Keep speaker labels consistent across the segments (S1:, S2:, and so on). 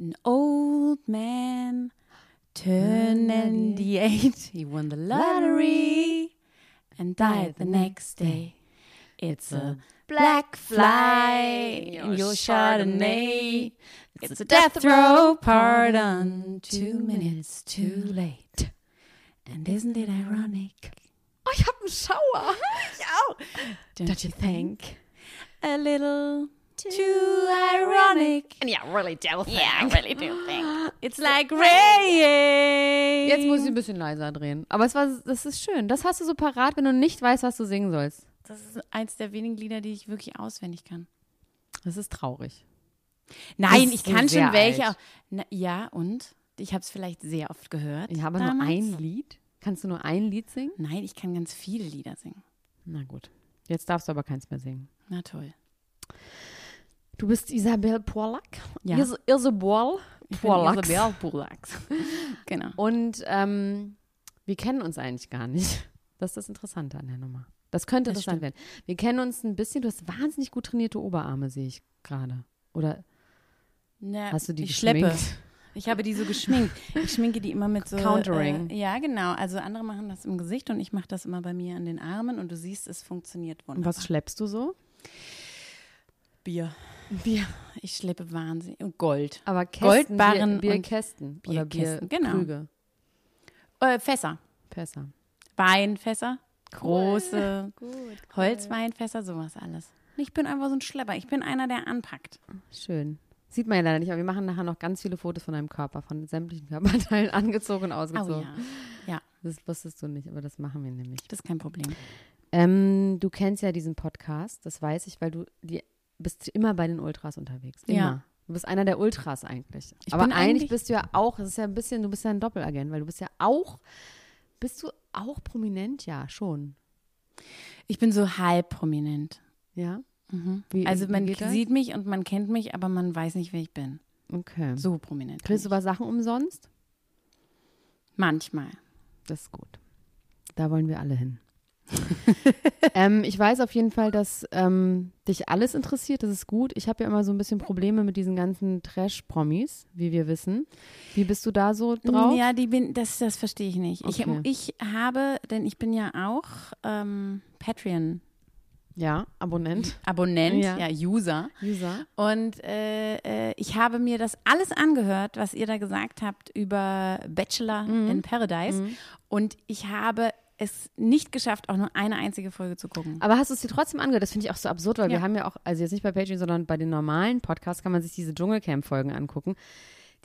S1: an old man turned in the eight. He won the lottery and died the next day. It's a black fly in your Chardonnay. It's a death row pardon. Two minutes too late. And isn't it ironic? Oh, ich hab einen Schauer. Ich auch. Don't you think? A little too ironic.
S2: Yeah, really do. Think. Yeah, really do. Think.
S1: It's like rain.
S3: Jetzt muss ich ein bisschen leiser drehen. Aber es war, das ist schön. Das hast du so parat, wenn du nicht weißt, was du singen sollst.
S1: Das ist eins der wenigen Lieder, die ich wirklich auswendig kann.
S3: Das ist traurig.
S1: Nein,
S3: Das
S1: ich
S3: ist so
S1: kann
S3: sehr
S1: schon welche.
S3: alt.
S1: Auch. Na, ja, und? Ich habe es vielleicht sehr oft gehört.
S3: Ich habe nur
S1: damals.
S3: ein Lied. Kannst du nur ein Lied singen?
S1: Nein, ich kann ganz viele Lieder singen.
S3: Na gut. Jetzt darfst du aber keins mehr singen.
S1: Na toll.
S3: Du bist Isabel Porlack.
S1: Ja.
S3: Is Isabel Porlack.
S1: Isabel Polaks. genau.
S3: Und ähm, wir kennen uns eigentlich gar nicht. Das ist das Interessante an der Nummer. Das könnte
S1: Das
S3: interessant werden. Wir kennen uns ein bisschen. Du hast wahnsinnig gut trainierte Oberarme, sehe ich gerade. Oder
S1: Na,
S3: hast du die
S1: ich schleppe.
S3: geschminkt?
S1: Ich habe die so geschminkt. Ich schminke die immer mit so.
S3: Countering.
S1: Äh, ja, genau. Also andere machen das im Gesicht und ich mache das immer bei mir an den Armen und du siehst, es funktioniert
S3: Und
S1: wunderbar.
S3: was schleppst du so?
S1: Bier.
S3: Bier.
S1: Ich schleppe wahnsinnig. Und Gold.
S3: Aber Kästen,
S1: Goldbarren
S3: Bier,
S1: und
S3: Bierkästen oder
S1: Bierkästen,
S3: Bierkrüge.
S1: genau. Äh, Fässer.
S3: Besser.
S1: Weinfässer. Große Holzweinfässer, sowas alles. Ich bin einfach so ein Schlepper. Ich bin einer, der anpackt.
S3: Schön. Sieht man ja leider nicht, aber wir machen nachher noch ganz viele Fotos von deinem Körper, von sämtlichen Körperteilen, angezogen und
S1: Oh
S3: ausgezogen.
S1: ja. Ja,
S3: Das wusstest du nicht, aber das machen wir nämlich.
S1: das ist kein Problem.
S3: Ähm, du kennst ja diesen Podcast, das weiß ich, weil du die bist immer bei den Ultras unterwegs. Immer.
S1: Ja.
S3: Du bist einer der Ultras eigentlich.
S1: Ich
S3: Aber
S1: bin
S3: eigentlich,
S1: eigentlich-
S3: bist du ja auch, es ist ja ein bisschen, du bist ja ein Doppelagent, weil du bist ja auch, bist du auch prominent, ja, schon.
S1: Ich bin so halb prominent.
S3: Ja.
S1: Mhm.
S3: Wie-
S1: also
S3: wie
S1: man
S3: geht das?
S1: sieht mich und man kennt mich, aber man weiß nicht, wer ich bin.
S3: Okay.
S1: So prominent. bin
S3: Kriegst du
S1: ich.
S3: was Sachen umsonst?
S1: Manchmal.
S3: Das ist gut. Da wollen wir alle hin. ähm, ich weiß auf jeden Fall, dass ähm, dich alles interessiert. Das ist gut. Ich habe ja immer so ein bisschen Probleme mit diesen ganzen Trash-Promis, wie wir wissen. Wie bist du da so drauf?
S1: Ja, die bin, das, das verstehe ich nicht.
S3: Okay.
S1: Ich, ich habe, denn ich bin ja auch ähm, Patreon-Abonnent,
S3: Ja, Abonnent, Ja.
S1: ja. User.
S3: User.
S1: Und äh, äh, ich habe mir das alles angehört, was ihr da gesagt habt über Bachelor in Paradise. Und ich habe es nicht geschafft, auch nur eine einzige Folge zu gucken.
S3: Aber hast du es dir trotzdem angehört? Das finde ich auch so absurd, weil wir
S1: Ja.
S3: haben ja auch, also jetzt nicht bei Patreon, sondern bei den normalen Podcasts kann man sich diese Dschungelcamp-Folgen angucken.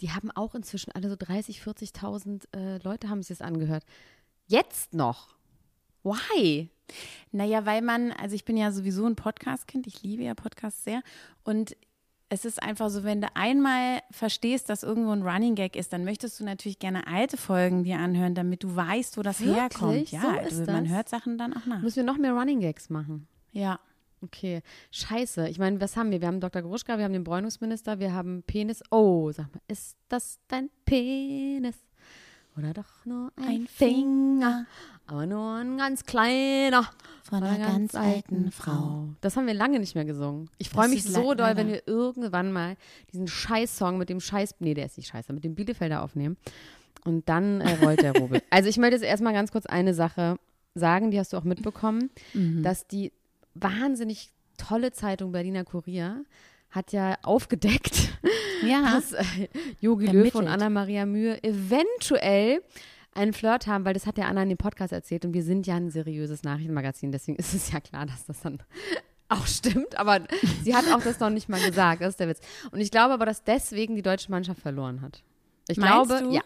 S3: Die haben auch inzwischen alle so 30, 40.000 äh, Leute haben sich das angehört. Jetzt noch. Why?
S1: Naja, weil man, also ich bin ja sowieso ein Podcast-Kind, ich liebe ja Podcasts sehr. Und es ist einfach so, wenn du einmal verstehst, dass irgendwo ein Running Gag ist, dann möchtest du natürlich gerne alte Folgen dir anhören, damit du weißt, wo das
S3: Wirklich?
S1: herkommt. Ja,
S3: So
S1: also
S3: ist
S1: man
S3: das?
S1: hört Sachen dann auch nach.
S3: Müssen wir noch mehr Running Gags machen?
S1: Ja.
S3: Okay, scheiße. Ich meine, was haben wir? Wir haben Dr. Gruschka, wir haben den Bräunungsminister, wir haben Penis. Oh, sag mal, ist das dein Penis? Oder doch nur ein,
S1: Ein
S3: Finger, aber nur ein ganz kleiner
S1: Von einer ganz alten Frau.
S3: Das haben wir lange nicht mehr gesungen. Ich freue
S1: Das
S3: mich
S1: ist
S3: so
S1: le-
S3: doll, wenn wir
S1: leider.
S3: irgendwann mal diesen Scheiß-Song mit dem Scheiß, nee, der ist nicht Scheiße, mit dem Bielefelder aufnehmen. Und dann äh, rollt der Rubel. also ich möchte jetzt erstmal ganz kurz eine Sache sagen, die hast du auch mitbekommen,
S1: Mhm.
S3: dass die wahnsinnig tolle Zeitung Berliner Kurier hat ja aufgedeckt,
S1: Ja.
S3: dass äh, Jogi Löw
S1: Ermittelt.
S3: und Anna-Maria Mühe eventuell einen Flirt haben, weil das hat ja Anna in dem Podcast erzählt und wir sind ja ein seriöses Nachrichtenmagazin, deswegen ist es ja klar, dass das dann auch stimmt, aber sie hat auch das noch nicht mal gesagt, das ist der Witz. Und ich glaube aber, dass deswegen die deutsche Mannschaft verloren hat. Ich
S1: Meinst
S3: glaube,
S1: du?
S3: ja.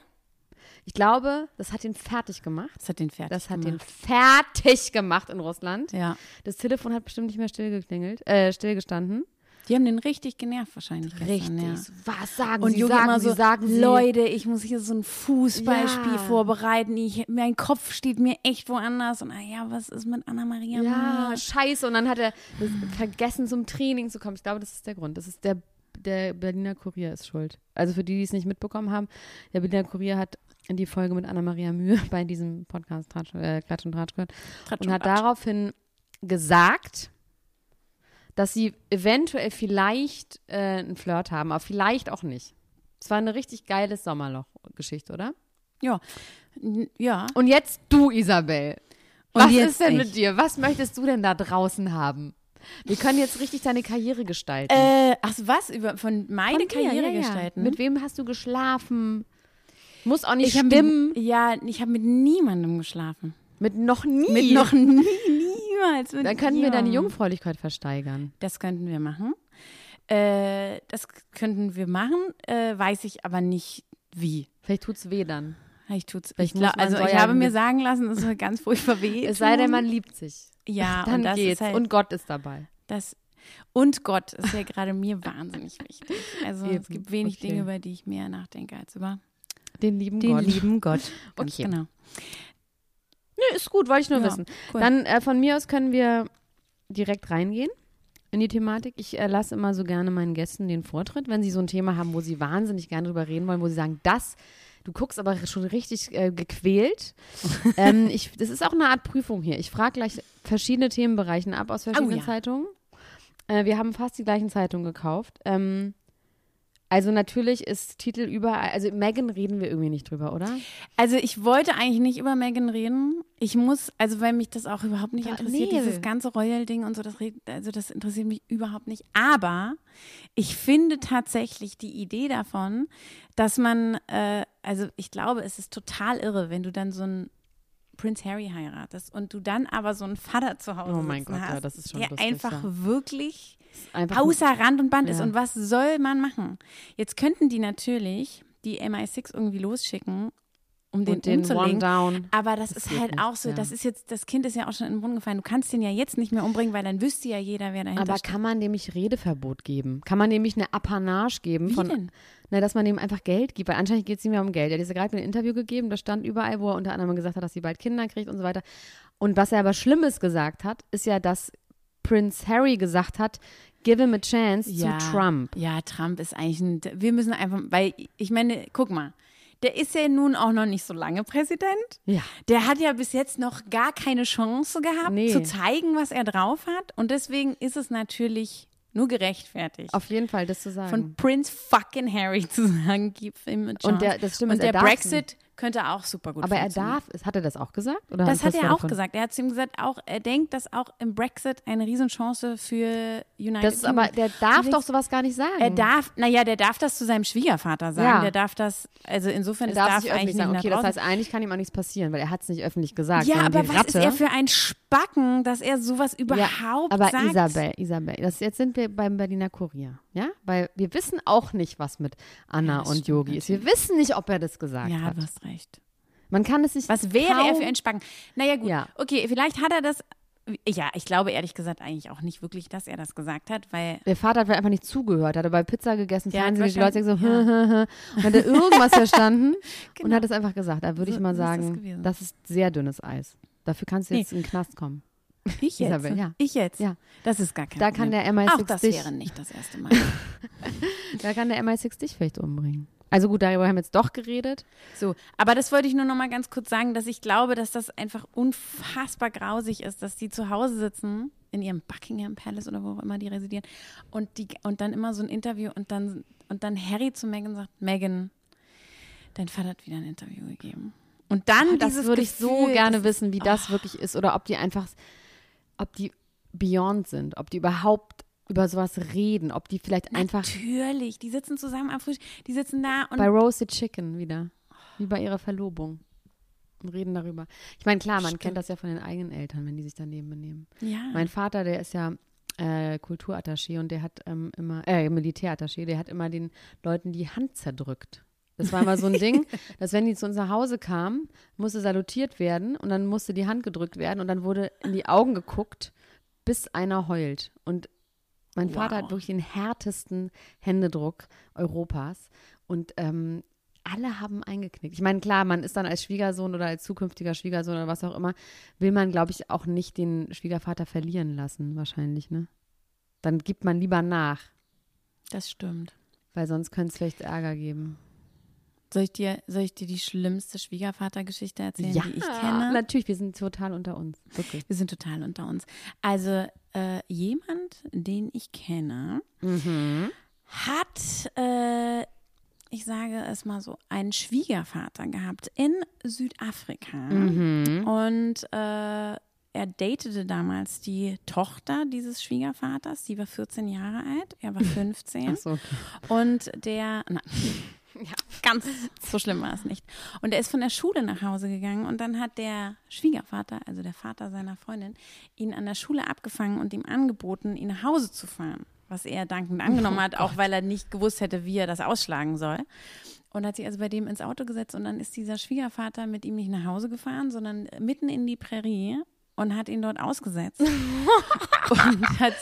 S3: Ich glaube, das hat ihn fertig gemacht.
S1: Das hat den fertig
S3: Das hat den
S1: gemacht.
S3: fertig gemacht in Russland.
S1: Ja.
S3: Das Telefon hat bestimmt nicht mehr still geklingelt, äh, stillgestanden.
S1: Die haben den richtig genervt wahrscheinlich gestern, ja.
S3: So, Was sagen
S1: Und
S3: Sie?
S1: Jogi
S3: sagen
S1: immer
S3: Sie,
S1: so,
S3: sagen Sie.
S1: Leute, ich muss hier so ein Fußballspiel
S3: Ja.
S1: vorbereiten. Ich, mein Kopf steht mir echt woanders. Und naja, was ist mit Anna-Maria?
S3: Ja,
S1: Müller?
S3: scheiße. Und dann hat er das vergessen, zum Training zu kommen. Ich glaube, das ist der Grund. Das ist der, der Berliner Kurier ist schuld. Also für die, die es nicht mitbekommen haben, der Berliner Kurier hat die Folge mit Anna-Maria Mühe bei diesem Podcast Tratsch, äh, Klatsch und Tratsch gehört
S1: Tratsch
S3: und
S1: und
S3: hat
S1: Tratsch.
S3: daraufhin gesagt, dass sie eventuell vielleicht äh, einen Flirt haben, aber vielleicht auch nicht. Es war eine richtig geile Sommerloch-Geschichte, oder?
S1: Ja. N- ja.
S3: Und jetzt du, Isabel.
S1: Und
S3: Was
S1: jetzt
S3: ist denn
S1: ich.
S3: mit dir? Was möchtest du denn da draußen haben? Wir können jetzt richtig deine Karriere gestalten.
S1: Äh, ach so, was? Über, von meine
S3: Von dir,
S1: Karriere
S3: ja, ja.
S1: gestalten?
S3: Mit wem hast du geschlafen? Muss auch nicht
S1: hab
S3: stimmen.
S1: Mit, ja, ich habe mit niemandem geschlafen.
S3: mit noch nie.
S1: Mit noch nie, niemals. Mit
S3: Dann können wir deine
S1: niemandem.
S3: Jungfräulichkeit versteigern.
S1: Das könnten wir machen. Äh, das könnten wir machen, äh, weiß ich aber nicht wie.
S3: Vielleicht tut's weh dann.
S1: Ich tut's. Ich
S3: Vielleicht muss
S1: glaub,
S3: man
S1: also
S3: so
S1: ich
S3: ja
S1: habe mir
S3: mit-
S1: sagen lassen, es ist ganz furchtbar weh.
S3: Es sei denn, man liebt sich.
S1: ja,
S3: Dann
S1: und das
S3: geht's.
S1: Ist halt,
S3: Und Gott ist dabei.
S1: das und Gott ist ja gerade mir wahnsinnig wichtig. Also es
S3: Eben,
S1: gibt wenig
S3: okay.
S1: Dinge, über die ich mehr nachdenke als über
S3: Den lieben
S1: den
S3: Gott.
S1: er lieben Gott. Ganz
S3: Okay.
S1: Genau.
S3: Nö, ist gut, wollte ich nur
S1: Ja,
S3: wissen.
S1: cool.
S3: Dann äh, von mir aus können wir direkt reingehen in die Thematik. Ich äh, lasse immer so gerne meinen Gästen den Vortritt, wenn sie so ein Thema haben, wo sie wahnsinnig gerne drüber reden wollen, wo sie sagen, das, du guckst aber schon richtig äh, gequält. ähm, ich, das ist auch eine Art Prüfung hier. Ich frage gleich verschiedene Themenbereiche ab aus verschiedenen
S1: Oh ja.
S3: Zeitungen. Äh, wir haben fast die gleichen Zeitungen gekauft. Ähm, also natürlich ist Titel überall, also Megan reden wir irgendwie nicht drüber, oder?
S1: Also ich wollte eigentlich nicht über Megan reden. Ich muss, also weil mich das auch überhaupt nicht
S3: Da-
S1: interessiert,
S3: nee.
S1: dieses ganze Royal-Ding und so, das, red- also das interessiert mich überhaupt nicht. Aber ich finde tatsächlich die Idee davon, dass man, äh, also ich glaube, es ist total irre, wenn du dann so einen Prince Harry heiratest und du dann aber so einen Vater zu Hause
S3: Oh mein
S1: sitzen
S3: Gott, ja,
S1: hast,
S3: das ist schon
S1: der
S3: lustig,
S1: einfach
S3: ja.
S1: wirklich
S3: Einfach
S1: außer Rand und Band ist.
S3: Ja.
S1: Und was soll man machen? Jetzt könnten die natürlich die MI6 irgendwie losschicken, um den,
S3: und den One
S1: umzulegen.
S3: Down.
S1: aber das, ist
S3: geht
S1: halt
S3: nicht,
S1: auch so,
S3: ja.
S1: das ist jetzt, das Kind ist ja auch schon in den Brunnen gefallen. Du kannst den ja jetzt nicht mehr umbringen, weil dann wüsste ja jeder, wer dahinter
S3: Aber
S1: steht.
S3: kann man dem nicht Redeverbot geben? Kann man dem nicht eine Apanage geben?
S1: Wie
S3: von,
S1: denn?
S3: Na, dass man dem einfach Geld gibt, weil anscheinend geht es ihm ja um Geld. Er hat jetzt gerade mir ein Interview gegeben, da stand überall, wo er unter anderem gesagt hat, dass sie bald Kinder kriegt und so weiter. Und was er aber Schlimmes gesagt hat, ist ja, dass Prince Harry gesagt hat, give him a chance zu Trump.
S1: Ja, Trump ist eigentlich ein, wir müssen einfach, weil ich meine, guck mal, der ist ja nun auch noch nicht so lange Präsident.
S3: Ja.
S1: Der hat ja bis jetzt noch gar keine Chance gehabt,
S3: Nee.
S1: zu zeigen, was er drauf hat. Und deswegen ist es natürlich nur gerechtfertigt.
S3: Auf jeden Fall, das zu sagen.
S1: von Prince fucking Harry zu sagen, gib ihm eine Chance.
S3: der- das stimmt,
S1: Und
S3: er
S1: der
S3: darf
S1: Brexit könnte auch super gut
S3: aber er
S1: funktionieren.
S3: darf, es- hat er das auch gesagt? Oder
S1: Das hat
S3: hast du
S1: er auch
S3: davon-
S1: gesagt. Er hat zu ihm gesagt, auch er denkt, dass auch im Brexit eine Riesenchance für United
S3: Das ist aber,
S1: Kingdom-
S3: der darf
S1: Du
S3: doch
S1: denkst,
S3: sowas gar nicht sagen.
S1: Er darf, naja, der darf das zu seinem Schwiegervater sagen.
S3: Ja.
S1: Der darf das, also insofern,
S3: Er
S1: das
S3: darf,
S1: darf
S3: nicht
S1: eigentlich
S3: öffentlich sagen.
S1: nicht
S3: Okay,
S1: nach
S3: das
S1: draußen.
S3: heißt, eigentlich kann ihm auch nichts passieren, weil er hat es nicht öffentlich gesagt.
S1: ja,
S3: sondern
S1: aber
S3: die
S1: was
S3: Ratte,
S1: ist er für ein Spacken, dass er sowas überhaupt
S3: aber
S1: sagt?
S3: Isabel, Isabel, das, jetzt sind wir beim Berliner Kurier, ja? Weil wir wissen auch nicht, was mit
S1: Ja,
S3: Anna
S1: das
S3: und
S1: stimmt
S3: Yogi ist. Wir wissen nicht, ob er das gesagt
S1: Ja,
S3: hat.
S1: du hast recht.
S3: Man kann es nicht.
S1: Was wäre
S3: kaum,
S1: er für ein Spacken? Naja, gut.
S3: Ja.
S1: Okay, vielleicht hat er das. Ja, ich glaube ehrlich gesagt eigentlich auch nicht wirklich, dass er das gesagt hat, weil.
S3: Der Vater hat einfach nicht zugehört, hat er bei Pizza gegessen,
S1: Ja,
S3: Fernsehen, die Leute
S1: wahrscheinlich-
S3: so,
S1: ja.
S3: und hat er irgendwas verstanden und
S1: Genau.
S3: hat es einfach gesagt. Da würde ich
S1: So-
S3: mal
S1: so ist das
S3: sagen,
S1: gewesen.
S3: das, ist sehr dünnes Eis. Dafür kannst du
S1: Nee.
S3: jetzt in den Knast kommen.
S1: Ich jetzt.
S3: Isabel, ja.
S1: Ich jetzt.
S3: Ja.
S1: Das ist gar kein
S3: Da kann
S1: Problem.
S3: der
S1: Auch
S3: MI6
S1: das
S3: dich-
S1: wäre nicht das erste Mal.
S3: Da kann der MI6 dich vielleicht umbringen. Also gut, darüber haben wir jetzt doch geredet.
S1: So, aber das wollte ich nur noch mal ganz kurz sagen, dass ich glaube, dass das einfach unfassbar grausig ist, dass die zu Hause sitzen in ihrem Buckingham Palace oder wo auch immer die residieren und die und dann immer so ein Interview und dann und dann Harry zu Meghan sagt, Meghan, dein Vater hat wieder ein Interview gegeben. Und dann
S3: Oh, Ah, das
S1: dieses
S3: würde ich so
S1: Gefühl,
S3: gerne
S1: das- oh.
S3: wissen, wie das wirklich ist oder ob die einfach, ob die beyond sind, ob die überhaupt über sowas reden, ob die vielleicht einfach
S1: Natürlich, die sitzen zusammen am Frühstück, die sitzen da und
S3: bei Roasted Chicken wieder, wie bei ihrer Verlobung und reden darüber. Ich meine, klar, man kennt das ja von den eigenen Eltern, wenn die sich daneben benehmen.
S1: ja.
S3: Mein Vater, der ist ja äh, Kulturattaché und der hat ähm, immer, äh, Militärattaché, der hat immer den Leuten die Hand zerdrückt. Das war immer so ein Ding, dass wenn die zu uns nach Hause kamen, musste salutiert werden und dann musste die Hand gedrückt werden und dann wurde in die Augen geguckt, bis einer heult. Und mein Vater hat wirklich den härtesten Händedruck Europas. Und ähm, alle haben eingeknickt. Ich meine, klar, man ist dann als Schwiegersohn oder als zukünftiger Schwiegersohn oder was auch immer, will man, glaube ich, auch nicht den Schwiegervater verlieren lassen, wahrscheinlich, ne? Dann gibt man lieber nach,
S1: das stimmt.
S3: weil sonst könnte es vielleicht Ärger geben.
S1: Soll ich dir, soll ich dir die schlimmste Schwiegervatergeschichte erzählen, die ich kenne?
S3: Ah. natürlich, wir sind total unter uns. Wirklich.
S1: Wir sind total unter uns. Also äh, jemand, den ich kenne,
S3: Mhm.
S1: hat, äh, ich sage es mal so, einen Schwiegervater gehabt in Südafrika.
S3: Mhm.
S1: Und äh, er datete damals die Tochter dieses Schwiegervaters. Die war 14 Jahre alt, er war 15.
S3: Ach so, okay.
S1: Und der, nein, ganz so schlimm war es nicht. Und er ist von der Schule nach Hause gegangen und dann hat der Schwiegervater, also der Vater seiner Freundin, ihn an der Schule abgefangen und ihm angeboten, ihn nach Hause zu fahren. Was er dankend angenommen hat, auch weil er nicht gewusst hätte, wie er das ausschlagen soll. Und hat sich also bei dem ins Auto gesetzt und dann ist dieser Schwiegervater mit ihm nicht nach Hause gefahren, sondern äh, mitten in die Prärie und hat ihn dort ausgesetzt. und hat,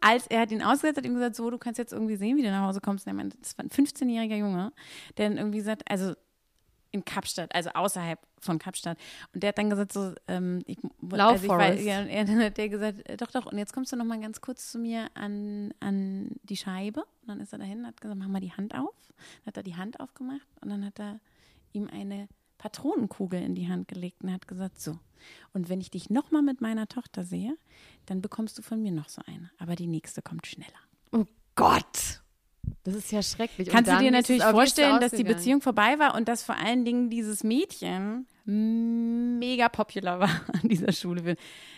S1: als er hat ihn ausgesetzt, hat ihm gesagt, so, du kannst jetzt irgendwie sehen, wie du nach Hause kommst. Und er meinte, das war ein 15-jähriger Junge, der dann irgendwie gesagt, also in Kapstadt, also außerhalb von Kapstadt. Und der hat dann gesagt, so, ähm, ich,
S3: Lauf,
S1: ich war-
S3: Forrest.
S1: ja, und er, dann hat der gesagt, äh, doch, doch, und jetzt kommst du noch mal ganz kurz zu mir an, an die Scheibe. Und dann ist er dahin, hat gesagt, mach mal die Hand auf. Dann hat er die Hand aufgemacht und dann hat er ihm eine Patronenkugel in die Hand gelegt und hat gesagt, so, und wenn ich dich noch mal mit meiner Tochter sehe, dann bekommst du von mir noch so eine. Aber die nächste kommt schneller.
S3: Oh Gott! Das ist ja schrecklich. Und
S1: Kannst du
S3: dann
S1: dir
S3: ist es
S1: natürlich
S3: aber wie ist es
S1: vorstellen, dass die
S3: ausgegangen?
S1: Beziehung vorbei war und dass vor allen Dingen dieses Mädchen mega popular war an dieser Schule.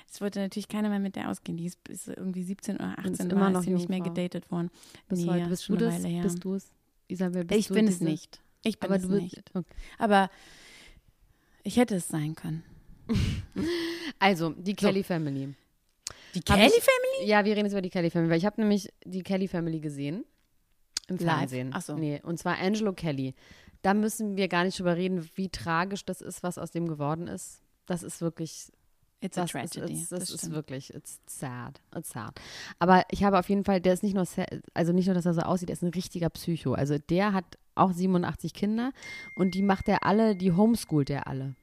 S1: Es wollte natürlich keiner mehr mit der ausgehen. Die ist bis irgendwie 17 oder 18
S3: ist
S1: war,
S3: immer noch
S1: ist sie nicht mehr
S3: Jungfrau.
S1: gedatet worden.
S3: bis
S1: Nee,
S3: heute? Bist du
S1: schon eine
S3: das?
S1: Weile her.
S3: Bist du es? Isabel, bist
S1: ich
S3: du
S1: bin es
S3: diese-
S1: nicht. Ich bin
S3: Aber
S1: es
S3: du
S1: nicht.
S3: bist. Okay.
S1: Aber ich hätte es sein können.
S3: Also, die Kelly Family.
S1: Die
S3: Hab
S1: Kelly
S3: ich-
S1: Family?
S3: Ja, wir reden jetzt über die Kelly Family, weil ich habe nämlich die Kelly Family gesehen. Im
S1: Live?
S3: Fernsehen.
S1: Ach so.
S3: Nee, und zwar Angelo Kelly. Da müssen wir gar nicht drüber reden, wie tragisch das ist, was aus dem geworden ist. Das ist wirklich
S1: It's
S3: das
S1: a tragedy.
S3: Ist, das, ist
S1: stimmt.
S3: wirklich, it's sad, it's sad. Aber ich habe auf jeden Fall, der ist nicht nur, sad, also nicht nur, dass er so aussieht, er ist ein richtiger Psycho. Also der hat auch 87 Kinder und die macht er alle, die homeschoolt er alle.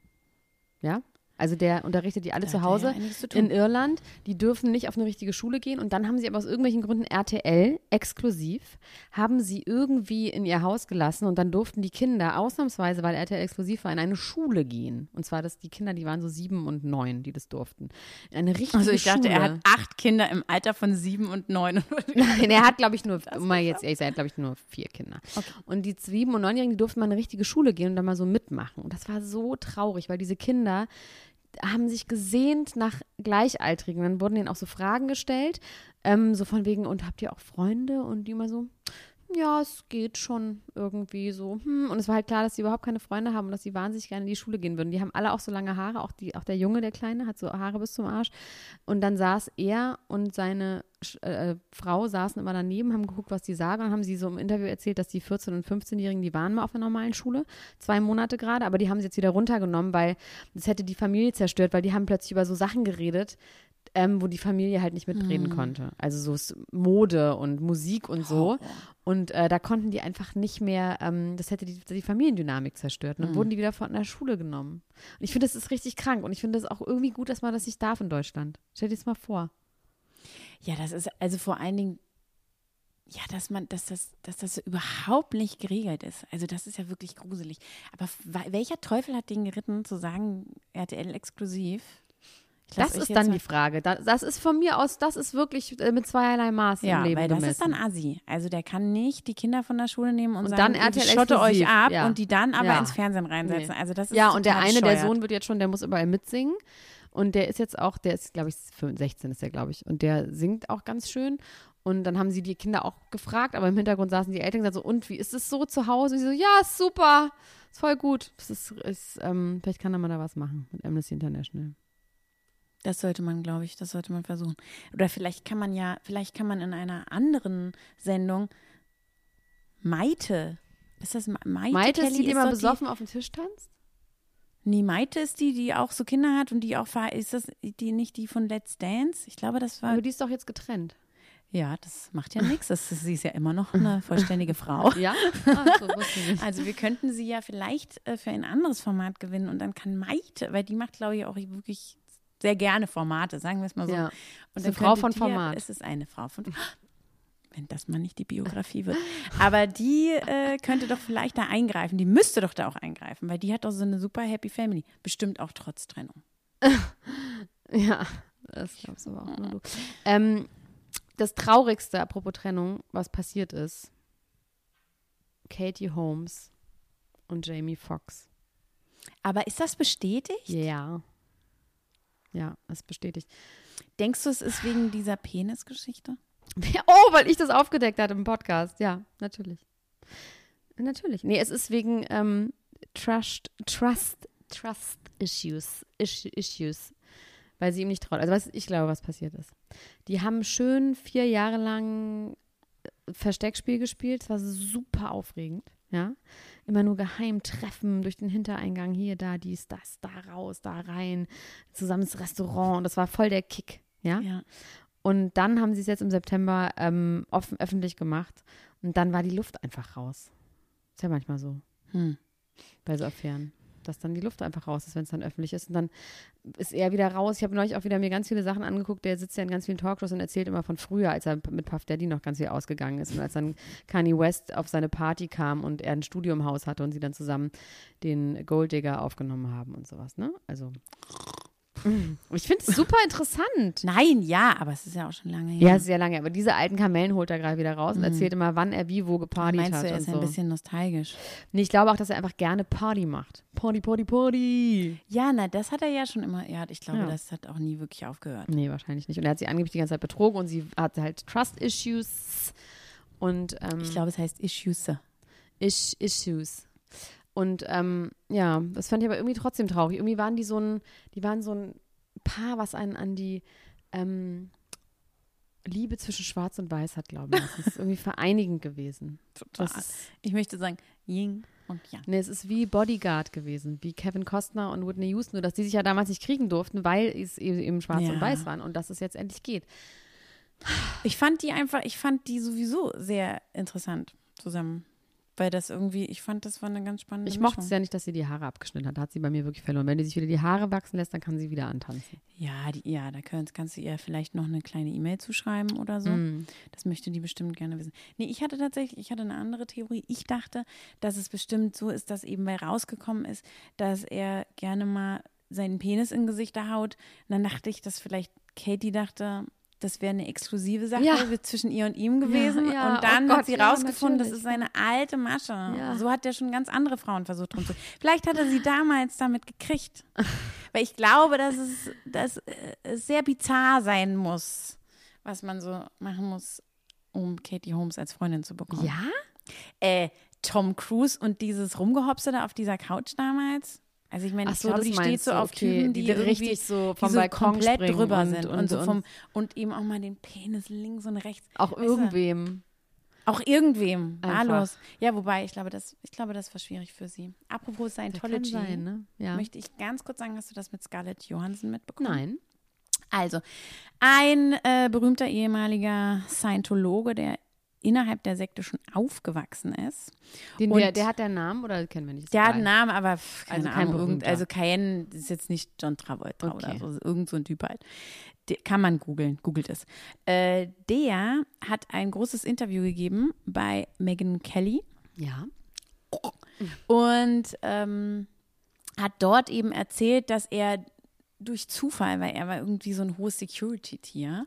S3: Ja? Also der unterrichtet die alle
S1: Da
S3: zu
S1: hat er ja
S3: Hause
S1: einiges zu tun.
S3: in Irland. Die dürfen nicht auf eine richtige Schule gehen und dann haben sie aber aus irgendwelchen Gründen RTL exklusiv, haben sie irgendwie in ihr Haus gelassen und dann durften die Kinder ausnahmsweise, weil RTL exklusiv war, in eine Schule gehen. Und zwar, dass die Kinder, die waren so sieben und neun, die das durften. In eine richtige
S1: Also ich dachte,
S3: Schule.
S1: er hat acht Kinder im Alter von sieben und neun.
S3: Nein, er hat, glaube ich, nur, um mal jetzt ehrlich zu sein, glaube ich, nur vier Kinder. Und die sieben- und neunjährigen, die durften mal in eine richtige Schule gehen und da mal so mitmachen. Und das war so traurig, weil diese Kinder haben sich gesehnt nach Gleichaltrigen. Dann wurden ihnen auch so Fragen gestellt, ähm, so von wegen, und habt ihr auch Freunde? Und die immer so, ja, es geht schon irgendwie so. Hm. Und es war halt klar, dass sie überhaupt keine Freunde haben und dass sie wahnsinnig gerne in die Schule gehen würden. Die haben alle auch so lange Haare, auch, die, auch der Junge, der Kleine, hat so Haare bis zum Arsch. Und dann saß er und seine Sch- äh, Frau saßen immer daneben, haben geguckt, was die sagen und haben sie so im Interview erzählt, dass die 14- und 15-Jährigen, die waren mal auf einer normalen Schule, zwei Monate gerade, aber die haben sie jetzt wieder runtergenommen, weil das hätte die Familie zerstört, weil die haben plötzlich über so Sachen geredet, ähm, wo die Familie halt nicht mitreden
S1: Mhm.
S3: konnte. Also so S- Mode und Musik und so.
S1: Oh.
S3: Und äh, da konnten die einfach nicht mehr, ähm, das hätte die, die Familiendynamik zerstört.
S1: Mhm.
S3: Und dann wurden die wieder von der Schule genommen. Und ich finde, das ist richtig krank. Und ich finde das auch irgendwie gut, dass man das nicht darf in Deutschland. Stell dir das mal vor.
S1: Ja, das ist also vor allen Dingen, ja, dass man, dass das, dass das überhaupt nicht geregelt ist. Also das ist ja wirklich gruselig. Aber wa- welcher Teufel hat den geritten zu sagen, RTL exklusiv? Ich lass
S3: Das
S1: euch
S3: ist
S1: jetzt
S3: dann
S1: mal-
S3: die Frage. Da- Das ist von mir aus, das ist wirklich äh, mit zweierlei Maß
S1: ja,
S3: im Leben
S1: weil das
S3: gemessen.
S1: ist dann Assi. Also der kann nicht die Kinder von der Schule nehmen und,
S3: Und
S1: sagen,
S3: dann
S1: ich
S3: RTL
S1: schotte euch
S3: exklusiv,
S1: ab
S3: ja.
S1: und die dann aber
S3: Ja.
S1: ins Fernsehen reinsetzen. Also das ist
S3: ja, und der
S1: total
S3: eine, der
S1: bescheuert.
S3: Sohn wird jetzt schon, der muss überall mitsingen. Und der ist jetzt auch, der ist, glaube ich, 15, 16 ist der, glaube ich. Und der singt auch ganz schön. Und dann haben sie die Kinder auch gefragt, aber im Hintergrund saßen die Eltern und gesagt so, und wie ist es so zu Hause? Und sie so, ja, ist super, ist voll gut. Das ist, ist ähm, vielleicht kann er mal da was machen mit Amnesty International.
S1: Das sollte man, glaube ich, das sollte man versuchen. Oder vielleicht kann man ja, vielleicht kann man in einer anderen Sendung Maite. Ist das Ma- Maite?
S3: Meint es
S1: Kelly
S3: die, die mal
S1: doch
S3: besoffen auf den Tisch tanzt?
S1: Nee, Maite ist die, die auch so Kinder hat und die auch ver ist das die nicht die von Let's Dance? Ich glaube, das war
S3: Aber die ist doch jetzt getrennt.
S1: Ja, das macht ja nichts. Das ist- Sie ist ja immer noch eine vollständige Frau.
S3: Ja?
S1: Ah,
S3: Ach, so, wusste ich nicht.
S1: Also wir könnten sie ja vielleicht äh, für ein anderes Format gewinnen und dann kann Maite, weil die macht, glaube ich, auch wirklich sehr gerne Formate, sagen wir es mal so.
S3: Ja.
S1: Und
S3: Ist
S1: dann
S3: eine Frau
S1: könnte
S3: von
S1: die
S3: Format.
S1: Ja, es ist eine Frau von Wenn das mal nicht die Biografie wird. Aber die äh, könnte doch vielleicht da eingreifen. Die müsste doch da auch eingreifen, weil die hat doch so eine super happy family. Bestimmt auch trotz Trennung.
S3: Ja, das glaubst aber auch nur du. Ähm, das Traurigste, apropos Trennung, was passiert ist, Katie Holmes und Jamie Foxx.
S1: Aber ist das bestätigt?
S3: Ja. Ja, das bestätigt.
S1: Denkst du, es ist wegen dieser Penisgeschichte?
S3: Oh, weil ich das aufgedeckt hatte im Podcast. Ja, natürlich. Natürlich. Nee, es ist wegen ähm, Trust, Trust, Trust Issues, Isch- Issues, weil sie ihm nicht traut. Also was ich glaube, was passiert ist. Die haben schön vier Jahre lang äh, Versteckspiel gespielt. Es war super aufregend. Ja, immer nur geheim treffen durch den Hintereingang hier, da, dies, das, da raus, da rein, zusammen ins Restaurant. Und das war voll der Kick. Ja.
S1: Ja.
S3: Und dann haben sie es jetzt im September ähm, offen, öffentlich gemacht. Und dann war die Luft einfach raus. Ist ja manchmal so.
S1: Hm.
S3: Bei so Affären. Dass dann die Luft einfach raus ist, wenn es dann öffentlich ist. Und dann ist er wieder raus. Ich habe neulich auch wieder mir ganz viele Sachen angeguckt. Der sitzt ja in ganz vielen Talkshows und erzählt immer von früher, als er mit Puff Daddy noch ganz viel ausgegangen ist. Und als dann Kanye West auf seine Party kam und er ein Studiumhaus hatte und sie dann zusammen den Gold Digger aufgenommen haben und sowas. Ne? Also. Ich finde es super interessant.
S1: Nein, ja, aber es ist ja auch schon lange her.
S3: Ja, sehr lange. Aber diese alten Kamellen holt er gerade wieder raus und erzählt immer, wann er wie wo gepartyt
S1: Mhm. Meinst
S3: hat
S1: du, er
S3: und
S1: ist
S3: so.
S1: ein bisschen nostalgisch?
S3: nee, ich glaube auch, dass er einfach gerne Party macht. Party, Party, Party.
S1: Ja, na, das hat er ja schon immer. Ja, ich glaube,
S3: Ja.
S1: das hat auch nie wirklich aufgehört.
S3: Nee, wahrscheinlich nicht. Und er hat sie angeblich die ganze Zeit betrogen und sie hatte halt Trust-Issues und ähm,
S1: Ich glaube, es heißt Issues.
S3: Ish Issues. Und ähm, ja, das fand ich aber irgendwie trotzdem traurig. Irgendwie waren die so ein, die waren so ein Paar, was einen an die ähm, Liebe zwischen Schwarz und Weiß hat, glaube ich. Das ist irgendwie vereinigend gewesen.
S1: Total.
S3: Das ist,
S1: Ich möchte sagen Ying und Yang.
S3: Nee, es ist wie Bodyguard gewesen, wie Kevin Costner und Whitney Houston, nur dass die sich ja damals nicht kriegen durften, weil es eben, eben schwarz
S1: Ja.
S3: und weiß waren und dass es jetzt endlich geht.
S1: Ich fand die einfach, ich fand die sowieso sehr interessant zusammen. Weil das irgendwie, ich fand, das war eine ganz spannende
S3: Ich mochte es
S1: Mischung.
S3: ja nicht, dass sie die Haare abgeschnitten hat. Da hat sie bei mir wirklich verloren. Wenn die sich wieder die Haare wachsen lässt, dann kann sie wieder antanzen.
S1: Ja, die, ja, da kannst, kannst du ihr vielleicht noch eine kleine E-Mail zuschreiben oder
S3: Mhm.
S1: so.
S3: Hm.
S1: Das möchte die bestimmt gerne wissen. Nee, ich hatte tatsächlich, ich hatte eine andere Theorie. Ich dachte, dass es bestimmt so ist, dass eben weil rausgekommen ist, dass er gerne mal seinen Penis in Gesichter haut. Und dann dachte ich, dass vielleicht Katie dachte, das wäre eine exklusive Sache
S3: Ja.
S1: wird zwischen ihr und ihm gewesen.
S3: ja,
S1: und dann
S3: oh
S1: hat
S3: Gott,
S1: sie
S3: ja,
S1: rausgefunden, das
S3: natürlich.
S1: ist seine alte Masche.
S3: Ja.
S1: So hat er schon ganz andere Frauen versucht rumzu. Vielleicht hat er sie damals damit gekriegt. Weil ich glaube, dass es, dass äh, es sehr bizarr sein muss, was man so machen muss, um Katie Holmes als Freundin zu bekommen.
S3: Ja?
S1: Äh, Tom Cruise und dieses Rumgehopse da auf dieser Couch damals. Also ich meine,
S3: Ach
S1: ich
S3: so,
S1: glaube,
S3: das
S1: die steht
S3: meinst
S1: so
S3: du,
S1: auf
S3: okay,
S1: Typen,
S3: die
S1: die,
S3: richtig
S1: irgendwie
S3: so
S1: die
S3: vom
S1: so
S3: Balkon
S1: komplett
S3: springen
S1: drüber
S3: und-
S1: sind und,
S3: und-
S1: so
S3: und-
S1: vom und eben auch mal den Penis links und rechts.
S3: Auch
S1: Weißt du?
S3: irgendwem.
S1: Auch irgendwem.
S3: Einfach.
S1: Wahllos. Ja, wobei, ich glaube, das, ich glaube, das war schwierig für sie. Apropos Scientology,
S3: Kann sein, ne? Ja.
S1: möchte ich ganz kurz sagen, hast du das mit Scarlett Johansson mitbekommen?
S3: Nein.
S1: Also, ein äh, berühmter ehemaliger Scientologe, der innerhalb der Sekte schon aufgewachsen ist.
S3: Den,
S1: Und-
S3: der, der hat einen Namen oder kennen wir nicht? Ist
S1: Der hat einen
S3: egal.
S1: Namen, aber pff, keine
S3: Also kein
S1: Ahnung. irgend,
S3: berühmter.
S1: also kein, das ist jetzt nicht John Travolta oder
S3: Okay.
S1: so, irgend so ein Typ halt. Der, kann man googeln, googelt es. Äh, der hat ein großes Interview gegeben bei Megan Kelly.
S3: Ja.
S1: Und ähm, hat dort eben erzählt, dass er durch Zufall, weil er war irgendwie so ein hohes Security-Tier,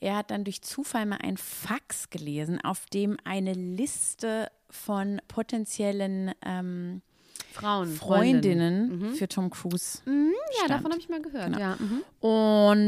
S1: er hat dann durch Zufall mal ein Fax gelesen, auf dem eine Liste von potenziellen ähm,
S3: Frauen,
S1: Freundinnen für Tom Cruise.
S3: Ja, davon habe ich mal gehört.
S1: Genau.
S3: Ja, mhm.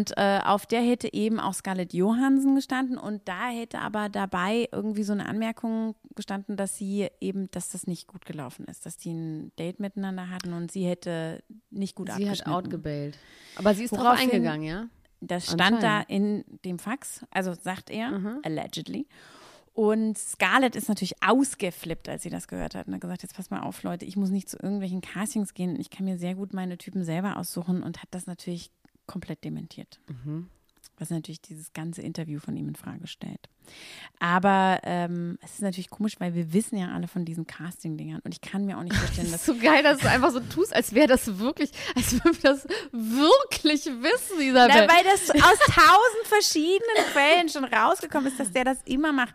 S1: Und äh, auf der hätte eben auch Scarlett Johansson gestanden und da hätte aber dabei irgendwie so eine Anmerkung gestanden, dass sie eben, dass das nicht gut gelaufen ist, dass die ein Date miteinander hatten und sie hätte nicht gut
S3: Sie hat
S1: abgeschnitten.
S3: outgebellt. Aber sie ist drauf
S1: Woraufhin-
S3: eingegangen, ja?
S1: Das stand da in dem Fax, also sagt er, allegedly. Und Scarlett ist natürlich ausgeflippt, als sie das gehört hat und hat gesagt, jetzt pass mal auf, Leute, ich muss nicht zu irgendwelchen Castings gehen, ich kann mir sehr gut meine Typen selber aussuchen und hat das natürlich komplett dementiert. Was natürlich dieses ganze Interview von ihm in Frage stellt. Aber ähm, es ist natürlich komisch, weil wir wissen ja alle von diesen Casting-Dingern und ich kann mir auch nicht vorstellen,
S3: Das
S1: dass
S3: ist so geil, dass du einfach so tust, als wäre das wirklich, als würden wir das wirklich wissen, Isabel.
S1: Na, weil das aus tausend verschiedenen Quellen schon rausgekommen ist, dass der das immer macht.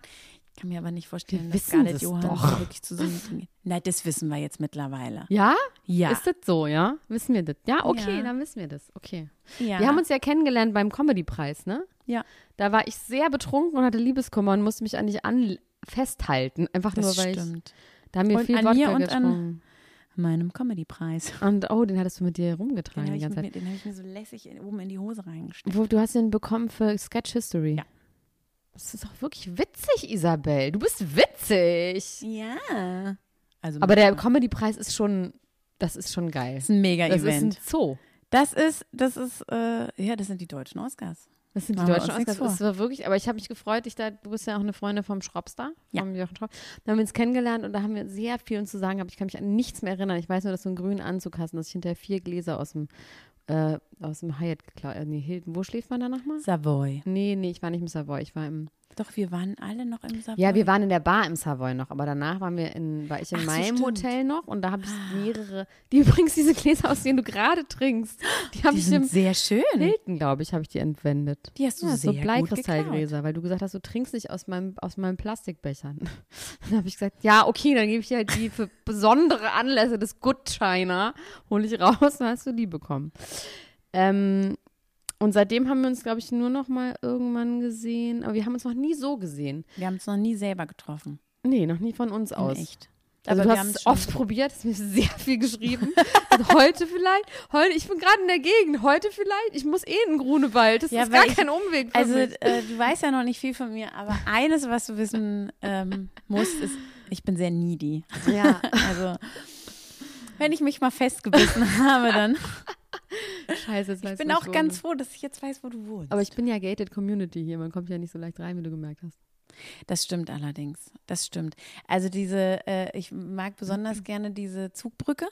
S1: Ich kann mir aber nicht vorstellen,
S3: Wir
S1: dass
S3: wissen
S1: Scarlett
S3: das
S1: Johansson wirklich zu so einem Ding geht. Na, das wissen wir jetzt mittlerweile.
S3: ja?
S1: Ja.
S3: Ist das so, ja? Wissen wir das? Ja, okay,
S1: Ja.
S3: dann wissen wir das. Okay.
S1: Ja.
S3: Wir haben uns ja kennengelernt beim Comedy-Preis, ne?
S1: Ja.
S3: Da war ich sehr betrunken und hatte Liebeskummer und musste mich an dich an festhalten. Einfach
S1: Das
S3: nur, weil
S1: stimmt.
S3: ich. Da haben wir
S1: Und
S3: viel
S1: an
S3: Wodka
S1: mir und an-
S3: getrunken.
S1: Meinem Comedy-Preis.
S3: Und oh, den hattest du mit dir
S1: Den
S3: rumgetragen die
S1: habe ich,
S3: ganze Zeit.
S1: mir- den hab ich mir so lässig in- oben in die Hose reingesteckt.
S3: Wo, du hast ihn bekommen für Sketch History.
S1: Ja.
S3: Das ist auch wirklich witzig, Isabel. Du bist witzig.
S1: Ja. Also
S3: Aber der Comedy-Preis ist schon, das ist schon geil.
S1: ist
S3: Das ist
S1: ein
S3: ein
S1: Mega-Event.
S3: Zoo.
S1: Das ist, das ist, äh, ja, das sind die deutschen Oscars.
S3: Das sind die
S1: Machen wir
S3: deutschen
S1: uns nichts
S3: Oscars. Das war wirklich, aber ich habe mich gefreut, ich da, du bist ja auch eine Freundin vom Schropster,
S1: Ja.
S3: vom Jochen Schropp. Da haben wir uns kennengelernt und da haben wir sehr viel uns zu sagen gehabt. Ich kann mich an nichts mehr erinnern. Ich weiß nur, dass du einen grünen Anzug hast und dass ich hinterher vier Gläser aus dem, äh, aus dem Hyatt geklaut, äh, nee, Hilton. Wo schläft man da nochmal?
S1: Savoy.
S3: Nee, nee, ich war nicht im Savoy, ich war im
S1: Doch, wir waren alle noch im Savoy.
S3: Ja, wir waren in der Bar im Savoy noch, aber danach waren wir in, war ich in
S1: Ach so,
S3: meinem
S1: stimmt. Ah.
S3: Hotel noch und da habe ich mehrere, die übrigens diese Gläser, aus denen du gerade trinkst, die habe
S1: Die
S3: ich im
S1: sind sehr schön.
S3: Hilton, glaube ich, habe ich die entwendet.
S1: Die hast du
S3: ja,
S1: sehr
S3: so
S1: gut
S3: Bleikristallgläser, weil du gesagt hast, du trinkst nicht aus meinem, aus meinem Plastikbechern. Dann habe ich gesagt, ja, okay, dann gebe ich dir halt die für besondere Anlässe des Good China, hole ich raus, dann hast du die bekommen. Ähm, und seitdem haben wir uns, glaube ich, nur noch mal irgendwann gesehen, aber wir haben uns noch nie so gesehen.
S1: Wir haben es noch nie selber getroffen.
S3: Nee, noch nie von uns
S1: In
S3: aus.
S1: echt.
S3: Also
S1: Aber
S3: du
S1: wir
S3: hast
S1: haben
S3: es
S1: schon-
S3: oft probiert, hast mir sehr viel geschrieben. Und heute vielleicht, heute, ich bin gerade in der Gegend, heute vielleicht, ich muss eh in den Grunewald, das
S1: Ja,
S3: ist gar
S1: weil ich-
S3: kein Umweg für
S1: Also,
S3: mich.
S1: äh, du weißt ja noch nicht viel von mir, aber eines, was du wissen ähm, musst, ist, ich bin sehr needy.
S3: Ja,
S1: Also, wenn ich mich mal festgebissen habe, dann.
S3: scheiße. Jetzt
S1: Ich bin auch ganz froh, dass ich jetzt weiß, wo du wohnst.
S3: Aber ich bin ja gated Community hier, man kommt ja nicht so leicht rein, wie du gemerkt hast.
S1: das stimmt allerdings. Das stimmt. Also, diese, äh, ich mag besonders gerne diese Zugbrücke.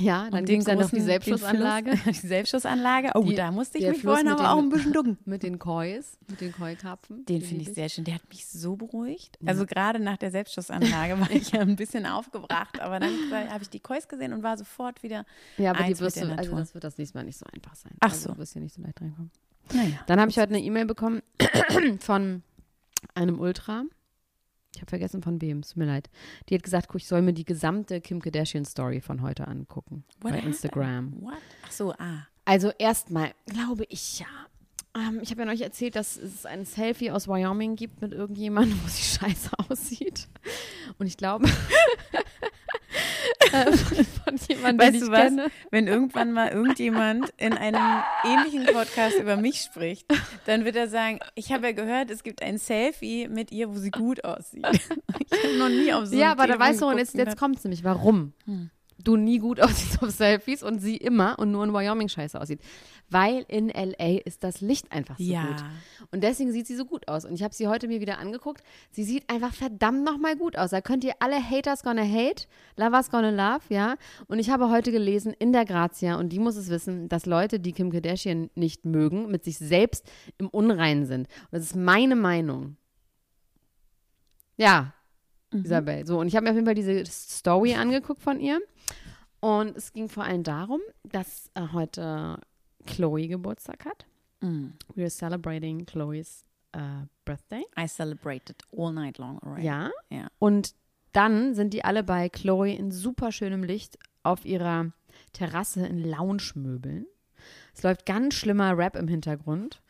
S3: Ja, dann
S1: Und
S3: gibt es ja noch
S1: großen-
S3: die
S1: den
S3: Selbstschussanlage
S1: Fluss- Die Selbstschussanlage. Oh,
S3: Die-
S1: da musste ich
S3: der
S1: mich
S3: Fluss
S1: vorhin
S3: mit
S1: aber
S3: den-
S1: auch ein bisschen ducken.
S3: mit den Kois, mit den Koi-Karpfen.
S1: Den
S3: Die
S1: finde ich
S3: lieb
S1: sehr schön. Der hat mich so beruhigt. Also gerade nach der Selbstschussanlage war ich ja ein bisschen aufgebracht, aber dann war- habe ich die Kois gesehen und war sofort wieder.
S3: Ja, aber die
S1: eins
S3: wirst
S1: mit
S3: du,
S1: der
S3: also
S1: Natur.
S3: das wird das nächste Mal nicht so einfach sein.
S1: Ach
S3: Also
S1: so.
S3: du wirst hier nicht so leicht reinkommen.
S1: Naja.
S3: Dann habe ich heute eine E-Mail bekommen von einem Ultra. Ich habe vergessen von wem, es tut mir leid. Die hat gesagt, guck, ich soll mir die gesamte Kim Kardashian-Story von heute angucken. bei Instagram.
S1: What? Ach so, ah.
S3: Also erstmal glaube ich ja. Ähm, ich habe ja neulich erzählt, dass es ein Selfie aus Wyoming gibt mit irgendjemandem, wo sie scheiße aussieht. Und ich glaube, äh, von, von jemandem, den
S1: Weißt
S3: ich
S1: du was?
S3: kenne.
S1: Wenn irgendwann mal irgendjemand in einem ähnlichen Podcast über mich spricht, dann wird er sagen, ich habe ja gehört, es gibt ein Selfie mit ihr, wo sie gut aussieht. Ich habe noch nie auf so
S3: ja,
S1: ein
S3: aber da
S1: Telefon
S3: weißt du, und
S1: geguckt
S3: jetzt, jetzt
S1: gedacht, Hm.
S3: kommt es nämlich, warum du nie gut aussiehst auf Selfies und sie immer und nur in Wyoming scheiße aussieht. Weil in L.A. ist das Licht einfach so
S1: Ja.
S3: gut. Und deswegen sieht sie so gut aus. Und ich habe sie heute mir wieder angeguckt. Sie sieht einfach verdammt nochmal gut aus. Da könnt ihr alle Haters gonna hate, lovers gonna love, ja. Und ich habe heute gelesen in der Grazia, und die muss es wissen, dass Leute, die Kim Kardashian nicht mögen, mit sich selbst im Unreinen sind. Und das ist meine Meinung. Ja, Isabel. So, und ich habe mir auf jeden Fall diese Story angeguckt von ihr. Und es ging vor allem darum, dass äh, heute Chloe Geburtstag hat. We are celebrating Chloe's äh, birthday.
S1: I celebrated all night long already.
S3: Ja.
S1: Ja.
S3: Und dann sind die alle bei Chloe in super schönem Licht auf ihrer Terrasse in Lounge-Möbeln. Es läuft ganz schlimmer Rap im Hintergrund.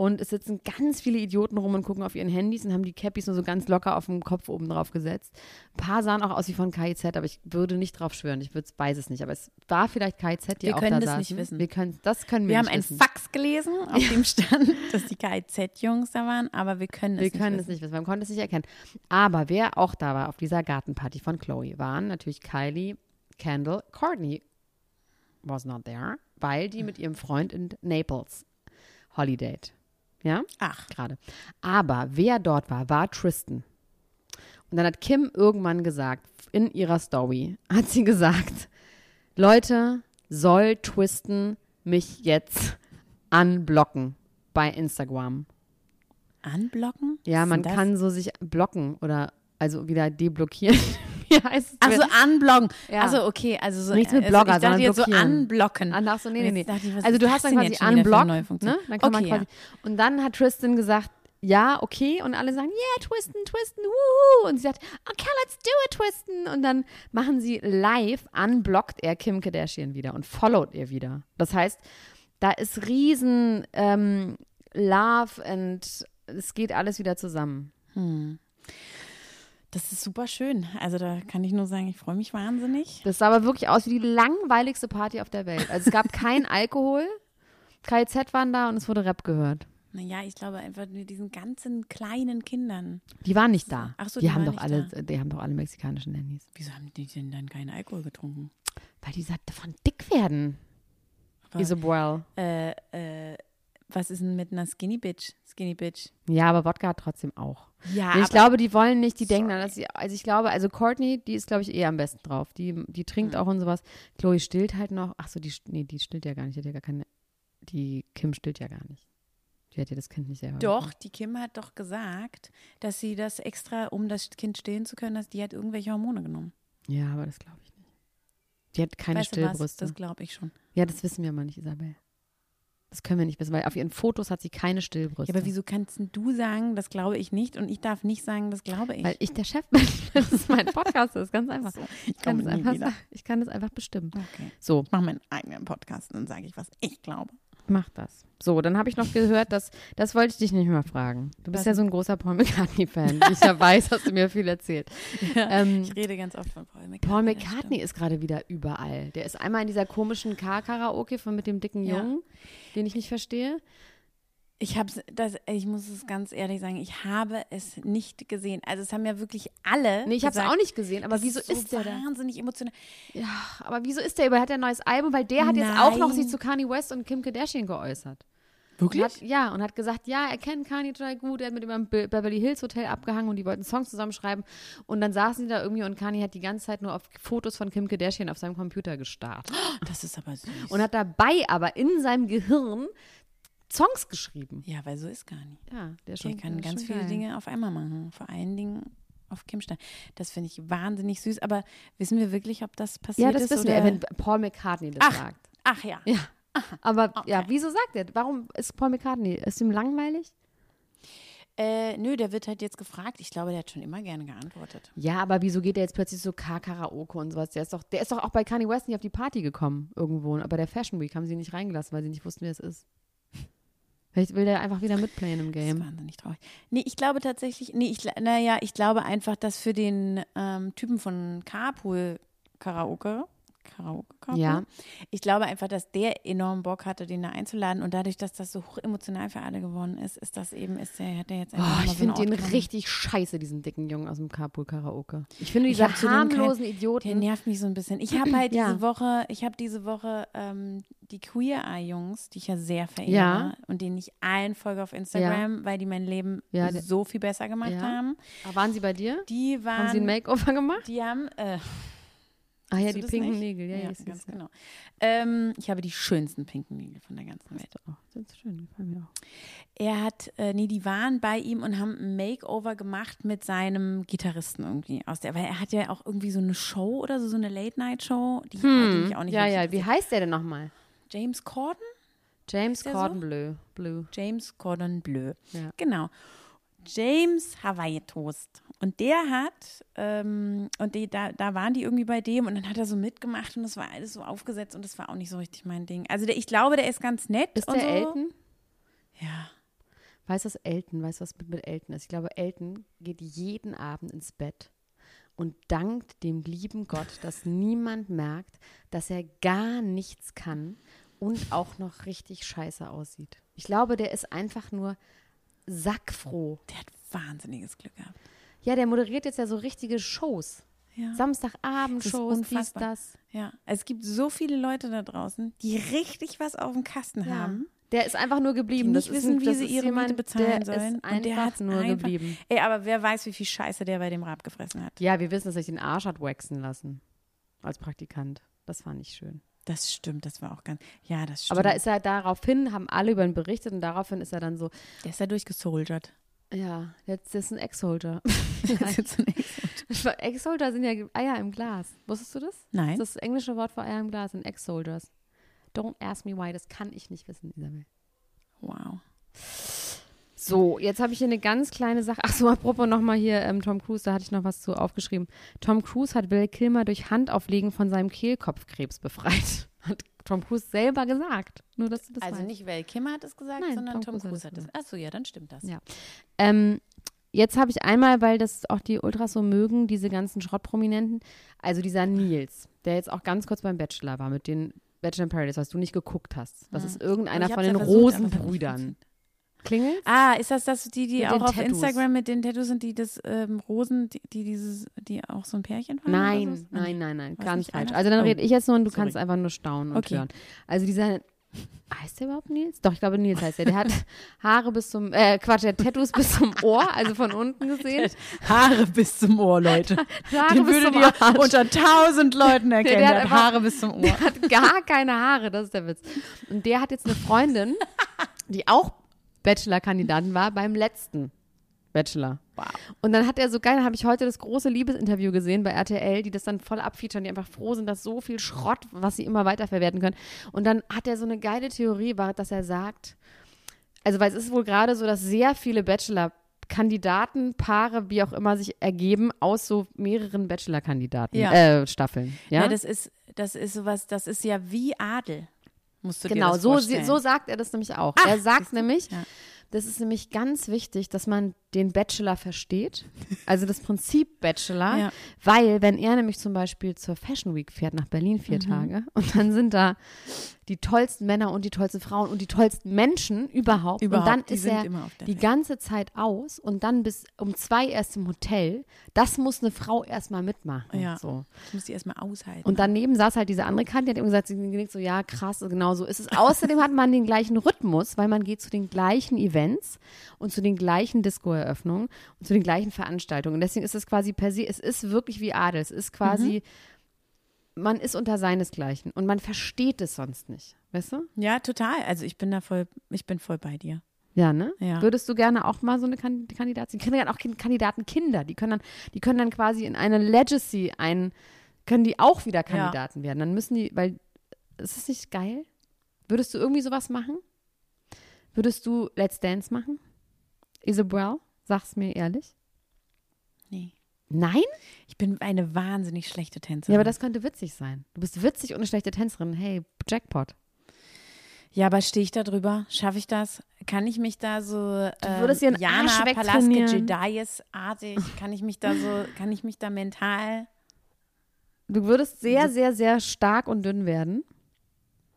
S3: Und es sitzen ganz viele Idioten rum und gucken auf ihren Handys und haben die Cappies nur so ganz locker auf dem Kopf oben drauf gesetzt. Ein paar sahen auch aus wie von KIZ, aber ich würde nicht drauf schwören. Ich würd's- weiß es nicht. Aber es war vielleicht KIZ, die
S1: Wir
S3: auch da
S1: können das
S3: saßen.
S1: nicht wissen.
S3: Wir können, das können wir,
S1: Wir haben
S3: nicht
S1: einen
S3: wissen.
S1: Fax gelesen, auf dem stand, dass die KIZ-Jungs da waren, aber wir können es
S3: Wir
S1: nicht
S3: können es
S1: wissen.
S3: nicht wissen, man konnte es nicht erkennen. Aber wer auch da war auf dieser Gartenparty von Chloe, waren natürlich Kylie, Kendall, Courtney was not there, weil die mit ihrem Freund in Naples Holiday. Ja?
S1: Ach.
S3: Gerade. Aber wer dort war, war Tristan. Und dann hat Kim irgendwann gesagt, in ihrer Story, hat sie gesagt, Leute, soll Tristan mich jetzt anblocken bei Instagram?
S1: Anblocken?
S3: Ja,
S1: Was
S3: man
S1: ist denn das?
S3: kann so sich blocken oder also wieder deblockieren. Wie heißt es?
S1: Also anblocken.
S3: Ja.
S1: Also okay, also so
S3: Nichts mit
S1: also
S3: Blogger,
S1: ich dachte
S3: sondern
S1: jetzt so
S3: blockieren.
S1: anblocken.
S3: Ah, ach so, nee,
S1: Und
S3: nee,
S1: jetzt
S3: nee.
S1: dachte ich, was
S3: also
S1: ist
S3: du
S1: das
S3: hast dann
S1: denn
S3: quasi
S1: jetzt schon wieder für eine
S3: Unblock,
S1: neue Funktion?
S3: ne? Dann kann
S1: okay,
S3: man quasi und dann hat Tristan gesagt, ja, okay und alle sagen, yeah, Tristan, Tristan, wuhu und sie sagt, okay, let's do it, Tristan und dann machen sie live unblockt er Kim Kardashian wieder und followt ihr wieder. Das heißt, da ist riesen ähm, Love und es geht alles wieder zusammen.
S1: ja. Das ist super schön. Also da kann ich nur sagen, ich freue mich wahnsinnig.
S3: Das sah aber wirklich aus wie die langweiligste Party auf der Welt. Also es gab keinen Alkohol, KZ waren da und es wurde Rap gehört.
S1: Naja, ich glaube einfach mit diesen ganzen kleinen Kindern.
S3: Die waren nicht da.
S1: Ach so,
S3: die,
S1: die
S3: haben
S1: waren
S3: doch
S1: nicht
S3: alle, die haben doch alle mexikanischen Nannies.
S1: Wieso haben die denn dann keinen Alkohol getrunken?
S3: Weil die sagt, davon dick werden.
S1: Aber-
S3: Isabel.
S1: Äh, äh, was ist denn mit einer Skinny Bitch? Skinny Bitch.
S3: Ja, aber Wodka hat trotzdem auch.
S1: Ja,
S3: Nee, ich glaube, die wollen nicht, die denken dann, dass sie, also ich glaube, also Courtney, die ist, glaube ich, eh am besten drauf. Die, die trinkt
S1: Hm.
S3: auch und sowas. Chloe stillt halt noch. Ach so, die, st- nee, die stillt ja gar nicht. Die hat ja gar keine, die Kim stillt ja gar nicht. Die hat ja das Kind nicht selber.
S1: Doch, die Kim hat doch gesagt, dass sie das extra, um das Kind stillen zu können, dass die hat irgendwelche Hormone genommen.
S3: Ja, aber das glaube ich nicht. Die hat keine
S1: weißt du was?
S3: Stillbrüste.
S1: Das glaube ich schon.
S3: ja, das wissen wir mal nicht, Isabel. Das können wir nicht wissen, weil auf ihren Fotos hat sie keine Stillbrüste.
S1: Ja, aber wieso kannst denn du sagen, das glaube ich nicht und ich darf nicht sagen, das glaube ich?
S3: Weil ich der Chef bin. Das ist mein Podcast, das ist ganz einfach. ich, kann
S1: komme
S3: das
S1: nie
S3: einfach
S1: wieder.
S3: sagen. ich kann das einfach bestimmen.
S1: okay.
S3: So,
S1: Ich mache meinen eigenen Podcast und dann sage ich, was ich glaube.
S3: Mhm. mach das. So, dann habe ich noch gehört, dass, das wollte ich dich nicht mehr fragen. Du bist
S1: Was?
S3: ja so ein großer Paul McCartney-Fan. Ich ja weiß, hast du mir viel erzählt. Ähm,
S1: Ich rede ganz oft von Paul McCartney.
S3: Paul
S1: das
S3: McCartney ist gerade wieder überall. Der ist einmal in dieser komischen Car-Karaoke von mit dem dicken
S1: Ja.
S3: Jungen, den ich nicht verstehe.
S1: Ich hab's, das, ich muss es ganz ehrlich sagen, ich habe es nicht gesehen. Also es haben ja wirklich alle.
S3: Nee, ich habe es
S1: gesagt,
S3: auch nicht gesehen, aber
S1: das
S3: wieso
S1: so
S3: ist der da?
S1: wahnsinnig emotional.
S3: Aber wieso ist der überall? Hat er ein neues Album? Weil der hat jetzt auch noch
S1: Nein.
S3: sich zu Kanye West und Kim Kardashian geäußert.
S1: Wirklich?
S3: Und hat, ja, und hat gesagt, ja, er kennt Kanye total gut, er hat mit ihm am Be- Beverly Hills Hotel abgehangen und die wollten Songs zusammenschreiben. Und dann saßen die da irgendwie und Kanye hat die ganze Zeit nur auf Fotos von Kim Kardashian auf seinem Computer gestarrt.
S1: Das ist aber süß.
S3: Und hat dabei aber in seinem Gehirn Songs geschrieben.
S1: ja, weil so ist gar nicht.
S3: Ja, der ist
S1: Der
S3: schon.
S1: kann
S3: der ist
S1: ganz
S3: schon
S1: viele
S3: geil.
S1: Dinge auf einmal machen. Vor allen Dingen auf Kim Stein. Das finde ich wahnsinnig süß. Aber wissen wir wirklich, ob das passiert
S3: Ja,
S1: ist?
S3: das wissen
S1: oder?
S3: wir, wenn Paul McCartney das
S1: Ach.
S3: sagt.
S1: Ach ja.
S3: Ja. Aber ja,
S1: Okay.
S3: wieso sagt er? Warum ist Paul McCartney? Ist ihm langweilig?
S1: Äh, nö, der wird halt jetzt gefragt. Ich glaube, der hat schon immer gerne geantwortet.
S3: Ja, aber wieso geht der jetzt plötzlich so K-Karaoke und sowas? Der ist doch, der ist doch auch bei Kanye West nicht auf die Party gekommen irgendwo. Aber der Fashion Week haben sie ihn nicht reingelassen, weil sie nicht wussten, wer es ist. Vielleicht will der einfach wieder mitplayen im
S1: Das ist
S3: Game.
S1: wahnsinnig traurig. Nee, ich glaube tatsächlich, nee, ich, gl- naja, ich glaube einfach, dass für den ähm, Typen von Carpool Karaoke, Karaoke, Carpool,
S3: Ja.
S1: ich glaube einfach, dass der enorm Bock hatte, den da einzuladen und dadurch, dass das so hoch emotional für alle geworden ist, ist das eben, ist der, hat der jetzt einfach
S3: Oh,
S1: mal
S3: ich
S1: so
S3: finde
S1: einen
S3: den
S1: Ort gefunden.
S3: richtig scheiße, diesen dicken Jungen aus dem Carpool Karaoke. Ich finde
S1: Ich
S3: diese
S1: hab zu dem kein-
S3: harmlosen
S1: Der
S3: Idioten.
S1: nervt mich so ein bisschen. Ich habe halt
S3: Ja.
S1: diese Woche, ich habe diese Woche ähm, die Queer Eye Jungs, die ich ja sehr verehre
S3: Ja.
S1: und denen ich allen folge auf Instagram, weil die mein Leben
S3: Ja, der-
S1: so viel besser gemacht
S3: Ja.
S1: haben.
S3: Ah, waren sie bei dir?
S1: Die waren,
S3: Haben sie ein Makeover gemacht?
S1: die haben, äh,
S3: Ah ja,
S1: Siehst du
S3: die
S1: das
S3: pinken
S1: nicht?
S3: Nägel. Ja, ja,
S1: ja,
S3: ich
S1: ganz
S3: seh's, ja.
S1: genau. Ähm, ich habe die schönsten pinken Nägel von der ganzen Welt.
S3: Oh, das ist schön, gefallen mir auch.
S1: Er hat, äh, nee, die waren bei ihm und haben ein Makeover gemacht mit seinem Gitarristen irgendwie aus der, weil er hat ja auch irgendwie so eine Show oder so, so eine Late-Night-Show, die
S3: Ah,
S1: die mich auch nicht
S3: Hm. Ja,
S1: wirklich
S3: ja, wie heißt der denn nochmal?
S1: James Corden?
S3: James
S1: der so?
S3: Corden Blue. Blue.
S1: James Corden Bleu.
S3: Ja.
S1: Genau. James Hawaii Toast. Und der hat, ähm, und die, da, da waren die irgendwie bei dem und dann hat er so mitgemacht und das war alles so aufgesetzt und das war auch nicht so richtig mein Ding. Also der, ich glaube, der ist ganz nett.
S3: Ist
S1: und
S3: der
S1: so.
S3: Elton?
S1: Ja.
S3: Weißt du, was Elton, weißt du, was mit, mit Elton ist? Ich glaube, Elton geht jeden Abend ins Bett und dankt dem lieben Gott, dass niemand merkt, dass er gar nichts kann und auch noch richtig scheiße aussieht. Ich glaube, der ist einfach nur sackfroh.
S1: Der hat wahnsinniges Glück gehabt.
S3: Ja, der moderiert jetzt ja so richtige Shows.
S1: Ja.
S3: Samstagabendshows,
S1: Ah. Das ist
S3: dies,
S1: unfassbar.
S3: das.
S1: Ja. Es gibt so viele Leute da draußen, die richtig was auf dem Kasten haben.
S3: Der ist einfach nur geblieben.
S1: die
S3: das
S1: nicht
S3: ist
S1: wissen,
S3: ein,
S1: wie
S3: das
S1: sie
S3: ist
S1: ihre
S3: jemand,
S1: Miete bezahlen
S3: der
S1: sollen.
S3: Ist einfach
S1: und der hat
S3: nur geblieben.
S1: Ey, aber wer weiß, wie viel Scheiße der bei dem Rab gefressen hat.
S3: Ja, wir wissen, dass er sich den Arsch hat waxen lassen als Praktikant. Das war nicht schön.
S1: Das stimmt, das war auch ganz. Ja, das stimmt.
S3: Aber da ist er daraufhin, haben alle über ihn berichtet und daraufhin ist er dann so,
S1: der ist ja durchgesoldiert.
S3: ja, jetzt ist ein Ex-Holder.
S1: Das ist jetzt ein-
S3: Ex-Holder sind ja Eier im Glas. Wusstest du das?
S1: Nein.
S3: Das ist das englische Wort für Eier im Glas sind Ex-Soldiers. Don't ask me why, das kann ich nicht wissen, Isabel.
S1: Wow.
S3: So, jetzt habe ich hier eine ganz kleine Sache. Ach so, apropos nochmal hier ähm, Tom Cruise, da hatte ich noch was zu aufgeschrieben. Tom Cruise hat Bill Kilmer durch Handauflegen von seinem Kehlkopfkrebs befreit. Hat Tom Cruise selber gesagt. Nur, dass du das
S1: Also
S3: weißt.
S1: nicht Val Kimmer hat es gesagt,
S3: Nein,
S1: sondern
S3: Tom
S1: Tom,
S3: Cruise
S1: Cruise
S3: hat
S1: hat
S3: es
S1: es. Achso, ja, dann stimmt das.
S3: Ja. Ähm, jetzt habe ich einmal, weil das auch die Ultras so mögen, diese ganzen Schrottprominenten, also dieser Nils, der jetzt auch ganz kurz beim Bachelor war mit den Bachelor in Paradise, was du nicht geguckt hast. Das ist irgendeiner
S1: Ich
S3: von
S1: hab's
S3: den
S1: ja versucht, aber das hat nicht
S3: Rosenbrüdern.
S1: funktioniert.
S3: Klingelt?
S1: Ah, ist das das, die, die
S3: Mit den
S1: auch auf
S3: Tattoos.
S1: Instagram mit den Tattoos sind, die das ähm, Rosen, die, die dieses, die auch so ein Pärchen waren? oder
S3: Nein,
S1: sowas? Ah,
S3: nein, nein, nein,
S1: Weiß
S3: ganz
S1: nicht
S3: falsch.
S1: einer?
S3: Also dann
S1: Oh.
S3: rede ich jetzt nur und du
S1: Sorry.
S3: kannst einfach nur staunen und
S1: Okay.
S3: hören. Also dieser, heißt der überhaupt Nils? Doch, ich glaube Nils heißt der. Der hat Haare bis zum, äh Quatsch, der hat Tattoos bis zum Ohr, also von unten gesehen.
S1: Haare bis zum Ohr, Leute.
S3: Haare
S1: Den
S3: bis
S1: würdet
S3: zum
S1: ihr
S3: Arsch.
S1: unter tausend Leuten erkennen.
S3: der hat
S1: Der hat
S3: einfach-
S1: Haare bis zum Ohr.
S3: Der hat gar keine Haare, das ist der Witz. Und der hat jetzt eine Freundin, die auch Bachelor-Kandidatin war beim letzten Bachelor. Wow. Und dann hat er so geil, dann habe ich heute das große Liebesinterview gesehen bei RTL, die das dann voll abfeaturen, die einfach froh sind, dass so viel Schrott, was sie immer weiterverwerten können. Und dann hat er so eine geile Theorie, war, dass er sagt, also weil es ist wohl gerade so, dass sehr viele Bachelor-Kandidaten, Paare, wie auch immer, sich ergeben aus so mehreren Bachelor-Kandidaten,
S1: Ja.
S3: äh, Staffeln. Ja?
S1: Ja, das ist, das ist sowas, das ist ja wie Adel. Musst du dir
S3: Genau,
S1: das
S3: so,
S1: vorstellen. Ah,
S3: so sagt er das nämlich auch. er sagt nämlich,
S1: Ja.
S3: das ist nämlich ganz wichtig, dass man den Bachelor versteht, also das Prinzip Bachelor,
S1: Ja.
S3: weil wenn er nämlich zum Beispiel zur Fashion Week fährt nach Berlin vier
S1: Mhm.
S3: Tage und dann sind da die tollsten Männer und die tollsten Frauen und die tollsten Menschen überhaupt,
S1: Überhaupt,
S3: und dann
S1: die
S3: ist
S1: sind
S3: er
S1: immer auf der
S3: die
S1: Welt.
S3: ganze Zeit aus und dann bis um zwei erst im Hotel, das muss eine Frau erstmal mitmachen.
S1: Ja.
S3: So.
S1: Das musst du erstmal aushalten.
S3: Und daneben saß halt diese andere Kante, die hat ihm gesagt, sie genickt so, ja, krass, genau so ist es. Außerdem hat man den gleichen Rhythmus, weil man geht zu den gleichen Events und zu den gleichen Disco-Eröffnungen und zu den gleichen Veranstaltungen. Und deswegen ist es quasi per se, es ist wirklich wie Adel. Es ist quasi, man ist unter seinesgleichen und man versteht es sonst nicht. Weißt du?
S1: ja, total. Also ich bin da voll, ich bin voll bei dir.
S3: Ja, ne?
S1: Ja.
S3: Würdest du gerne auch mal so eine kan Kandidatin? Die kriegen dann auch Kin- Kandidatenkinder, die können dann, die können dann quasi in eine Legacy ein, können die auch wieder Kandidaten werden. Dann müssen die, weil ist das nicht geil? Würdest du irgendwie sowas machen? Würdest du Let's Dance machen? Isabel, sag's mir ehrlich.
S1: Nee.
S3: Nein?
S1: Ich bin eine wahnsinnig schlechte Tänzerin.
S3: Ja, aber das könnte witzig sein. Du bist witzig und eine schlechte Tänzerin. Hey, Jackpot.
S1: ja, aber stehe ich da drüber? Schaffe ich das? Kann ich mich da so ähm,
S3: würdest dir einen Arsch
S1: Jana Palaske
S3: wegtrainieren.
S1: Jedias-artig, kann ich mich da so, kann ich mich da mental
S3: Du würdest sehr, sehr, sehr stark und dünn werden.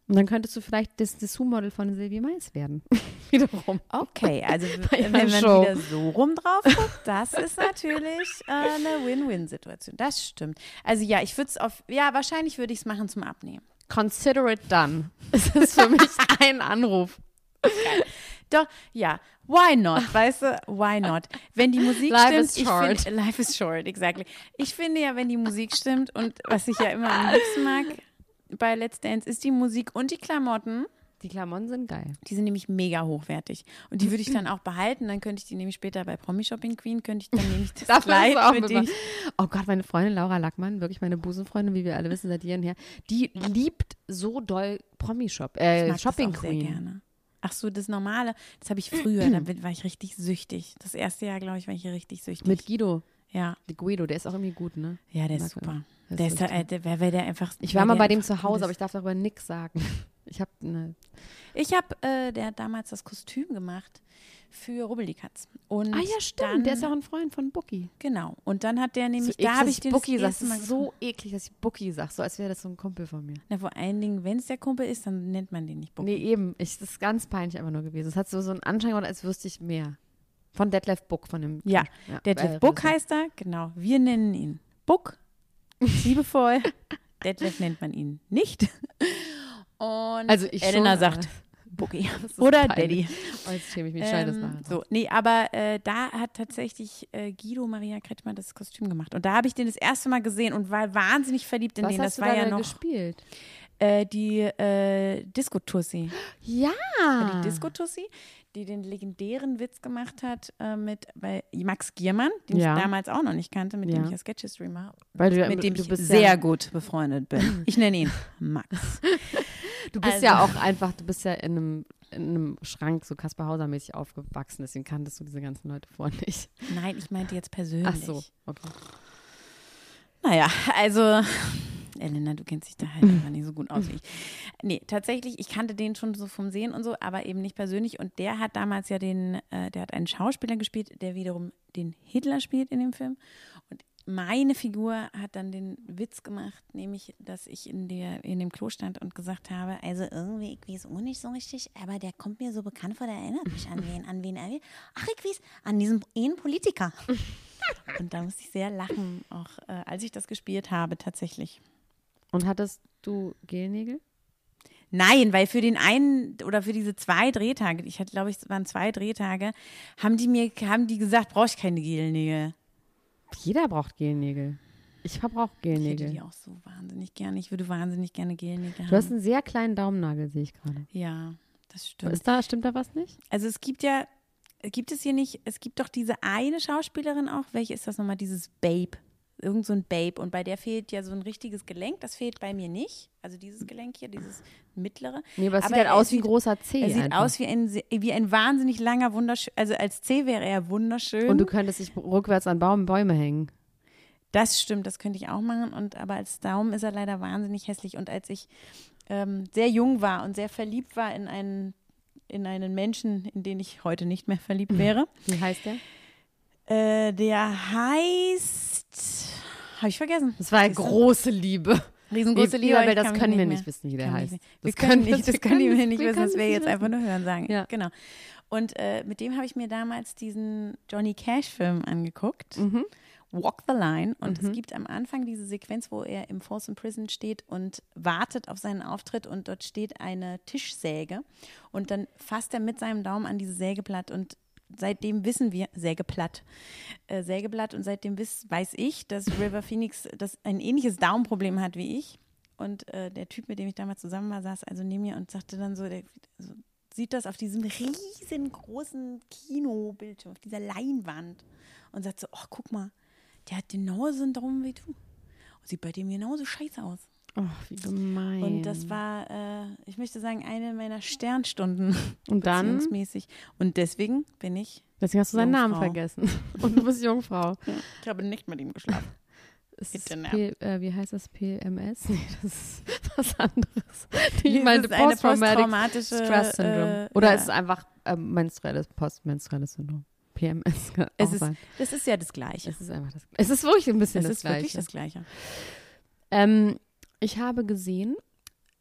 S3: Und dann könntest du vielleicht das Dessous-Model von Silvie Mais werden. Wiederum.
S1: Okay, also w- wenn
S3: ihrer
S1: man
S3: Show.
S1: wieder so rum drauf guckt, das ist natürlich äh, eine Win-Win-Situation. Das stimmt. Also ja, ich würde es auf, ja, wahrscheinlich würde ich es machen zum Abnehmen.
S3: Consider it done. Das ist für mich ein Anruf.
S1: Doch, ja, why not? Weißt du, why not? Wenn die Musik
S3: Life
S1: stimmt,
S3: is
S1: ich
S3: short.
S1: Find, life is short, exactly. Ich finde ja, wenn die Musik stimmt und was ich ja immer am liebsten mag bei Let's Dance ist die Musik und die Klamotten.
S3: Die Klamotten sind geil.
S1: Die sind nämlich mega hochwertig. Und die würde ich dann auch behalten. Dann könnte ich die nämlich später bei Promi Shopping Queen, könnte ich dann nämlich das
S3: Dafür ist
S1: Kleid,
S3: es auch
S1: mit dem
S3: immer- Oh Gott, meine Freundin Laura Lackmann, wirklich meine Busenfreundin, wie wir alle wissen, seit Jahren her, die liebt so doll Promi-Shop,
S1: Ich
S3: äh,
S1: mag
S3: Shopping
S1: das auch
S3: Queen.
S1: Sehr gerne. Ach so, das Normale, das habe ich früher, da bin- war ich richtig süchtig. Das erste Jahr, glaube ich, war ich hier richtig süchtig.
S3: Mit Guido.
S1: ja.
S3: Guido, der ist auch irgendwie gut, ne?
S1: Ja, der ist
S3: Mag-
S1: super.
S3: Der
S1: Der
S3: ist
S1: ist da,
S3: wirklich
S1: äh, der, wer wäre der einfach.
S3: Ich war mal bei dem zu
S1: einfach
S3: Hause,
S1: gut
S3: aber ich
S1: ist.
S3: darf darüber nichts sagen. Ich habe ne,
S1: Ich habe, äh, der hat damals das Kostüm gemacht für Rubbel die Katz. Und Dann,
S3: Der ist Ah ja auch ein Freund von Bucky.
S1: Genau. Und dann hat der nämlich,
S3: eklig,
S1: da habe
S3: dass
S1: ich den
S3: Bucky
S1: das erste
S3: sag.
S1: Mal
S3: Das ist so eklig, dass ich Bucky sag, so als wäre das so ein Kumpel von mir.
S1: Na, vor allen Dingen, wenn es der Kumpel ist, dann nennt man den nicht Bucky.
S3: Nee, eben. Ich, das ist ganz peinlich einfach nur gewesen. Es hat so, so einen Anschein gemacht, als wüsste ich mehr. Von Detlef Buck, von dem.
S1: Ja,
S3: äh,
S1: Detlef Buck
S3: Regisseur.
S1: heißt er, genau. Wir nennen ihn Buck, liebevoll. Detlef nennt man ihn nicht. Und
S3: Also ich
S1: Elena
S3: schon,
S1: sagt
S3: aber-
S1: Bucky
S3: Das ist
S1: oder
S3: peinlich.
S1: Daddy.
S3: Oh, jetzt schäme ich mich. Schneid das
S1: Ähm,
S3: nachher.
S1: so, nee, aber äh, da hat tatsächlich äh, Guido Maria Kretschmer das Kostüm gemacht. Und da habe ich den das erste Mal gesehen und war wahnsinnig verliebt in
S3: Was
S1: den.
S3: hast
S1: das
S3: du
S1: war
S3: da
S1: ja
S3: denn
S1: noch
S3: gespielt?
S1: Äh, die äh, Disco-Tussi.
S3: Ja. Ah.
S1: Die Disco-Tussi, die den legendären Witz gemacht hat äh, mit bei Max Giermann, den
S3: Ja.
S1: ich damals auch noch nicht kannte, mit
S3: Ja.
S1: dem ich ja Sketch History mache.
S3: Weil du, ja-
S1: Mit dem
S3: du
S1: ich
S3: bist
S1: sehr
S3: ja,
S1: gut befreundet bin. Ich nenne ihn Max.
S3: Du bist
S1: also-
S3: ja auch einfach, du bist ja in einem, in einem Schrank so Kaspar Hauser-mäßig aufgewachsen, deswegen kanntest du diese ganzen Leute vorher nicht.
S1: Nein, ich meinte jetzt persönlich.
S3: Ach so, okay.
S1: Naja, also, Elena, du kennst dich da halt einfach nicht so gut aus wie ich. Nee, tatsächlich, ich kannte den schon so vom Sehen und so, aber eben nicht persönlich. Und der hat damals ja den, äh, der hat einen Schauspieler gespielt, der wiederum den Hitler spielt in dem Film. Und meine Figur hat dann den Witz gemacht, nämlich, dass ich in, der, in dem Klo stand und gesagt habe, also irgendwie, ich weiß auch nicht so richtig, aber der kommt mir so bekannt vor, der erinnert mich an wen, an wen, an wen. Ach, ich weiß, an diesen einen Politiker. Und da musste ich sehr lachen, auch äh, als ich das gespielt habe, tatsächlich.
S3: Und hattest du Gelnägel?
S1: Nein, weil für den einen oder für diese zwei Drehtage, ich hatte, glaube ich, es waren zwei Drehtage, haben die mir, haben die gesagt, brauche ich keine Gelnägel.
S3: Jeder braucht Gelnägel. Ich verbrauche
S1: Ich hätte
S3: Gelnägel.
S1: die auch so wahnsinnig gerne. Ich würde wahnsinnig gerne Gelnägel
S3: Du hast
S1: haben.
S3: einen sehr kleinen Daumennagel, sehe ich gerade.
S1: Ja, das stimmt.
S3: Ist da, stimmt da was nicht?
S1: Also es gibt ja, gibt es hier nicht, es gibt doch diese eine Schauspielerin auch, welche ist das nochmal, dieses Babe? Irgend so ein Babe. Und bei der fehlt ja so ein richtiges Gelenk, das fehlt bei mir nicht. Also dieses Gelenk hier, dieses mittlere.
S3: Nee, aber es sieht halt
S1: er
S3: aus wie ein großer Zeh.
S1: Er sieht
S3: einfach.
S1: aus wie ein, se- wie ein wahnsinnig langer, wunderschön, also als C wäre er wunderschön.
S3: Und du könntest dich rückwärts an Baum, Bäume hängen.
S1: das stimmt, das könnte ich auch machen. Und aber als Daumen ist er leider wahnsinnig hässlich. Und als ich ähm, sehr jung war und sehr verliebt war in einen, in einen Menschen, in den ich heute nicht mehr
S3: Mhm.
S1: verliebt wäre,
S3: Wie heißt der?
S1: äh, der heißt, habe ich vergessen.
S3: Das war ja große Liebe.
S1: Riesengroße
S3: Nee,
S1: Liebe.
S3: weil
S1: aber ich
S3: das
S1: kann mich
S3: können wir
S1: mehr-
S3: nicht wissen, wie der
S1: kann mich
S3: heißt.
S1: nicht-
S3: Das
S1: Wir
S3: können
S1: können
S3: wir-
S1: nicht,
S3: wir
S1: das können
S3: können
S1: wir
S3: es-
S1: nicht
S3: wir
S1: wissen,
S3: können
S1: das wäre
S3: es
S1: jetzt
S3: nicht
S1: einfach nur hören sagen.
S3: Ja.
S1: Genau. Und äh, mit dem habe ich mir damals diesen Johnny Cash-Film angeguckt. Walk the Line. Und es gibt am Anfang diese Sequenz, wo er im Folsom Prison steht und wartet auf seinen Auftritt und dort steht eine Tischsäge. Und dann fasst er mit seinem Daumen an diese Sägeblatt und seitdem wissen wir, Sägeblatt, äh, Sägeblatt und seitdem wiss, weiß ich, dass River Phoenix das ein ähnliches Daumenproblem hat wie ich. Und äh, der Typ, mit dem ich damals zusammen war, saß also neben mir und sagte dann so, der, so sieht das auf diesem riesengroßen Kinobildschirm, auf dieser Leinwand und sagt so, ach guck mal, der hat genauso Syndrom wie du. Und sieht bei dem genauso scheiße aus.
S3: Oh, wie gemein.
S1: Und das war, äh, ich möchte sagen, eine meiner Sternstunden.
S3: Und dann?
S1: Beziehungsmäßig. Und deswegen bin ich,
S3: Deswegen hast du seinen Namen
S1: Jungfrau.
S3: vergessen. Und du bist Jungfrau.
S1: ich habe nicht mit ihm geschlafen.
S3: Ist
S1: Bitte,
S3: das
S1: ne?
S3: P, äh, wie heißt das? PMS? Nee, das ist was anderes.
S1: Nee,
S3: Ich meine,
S1: das ist eine
S3: Posttraumatic
S1: posttraumatische,
S3: Stress Syndrome.
S1: äh,
S3: Oder
S1: ja.
S3: ist es einfach äh, menstruelles, postmenstruelles Syndrom? PMS kann
S1: Es
S3: auch
S1: ist,
S3: sein.
S1: das ist ja das Gleiche.
S3: Es ist einfach das Es ist wirklich ein bisschen
S1: Es
S3: das
S1: ist
S3: Gleiche.
S1: wirklich das Gleiche.
S3: Ähm, ich habe gesehen,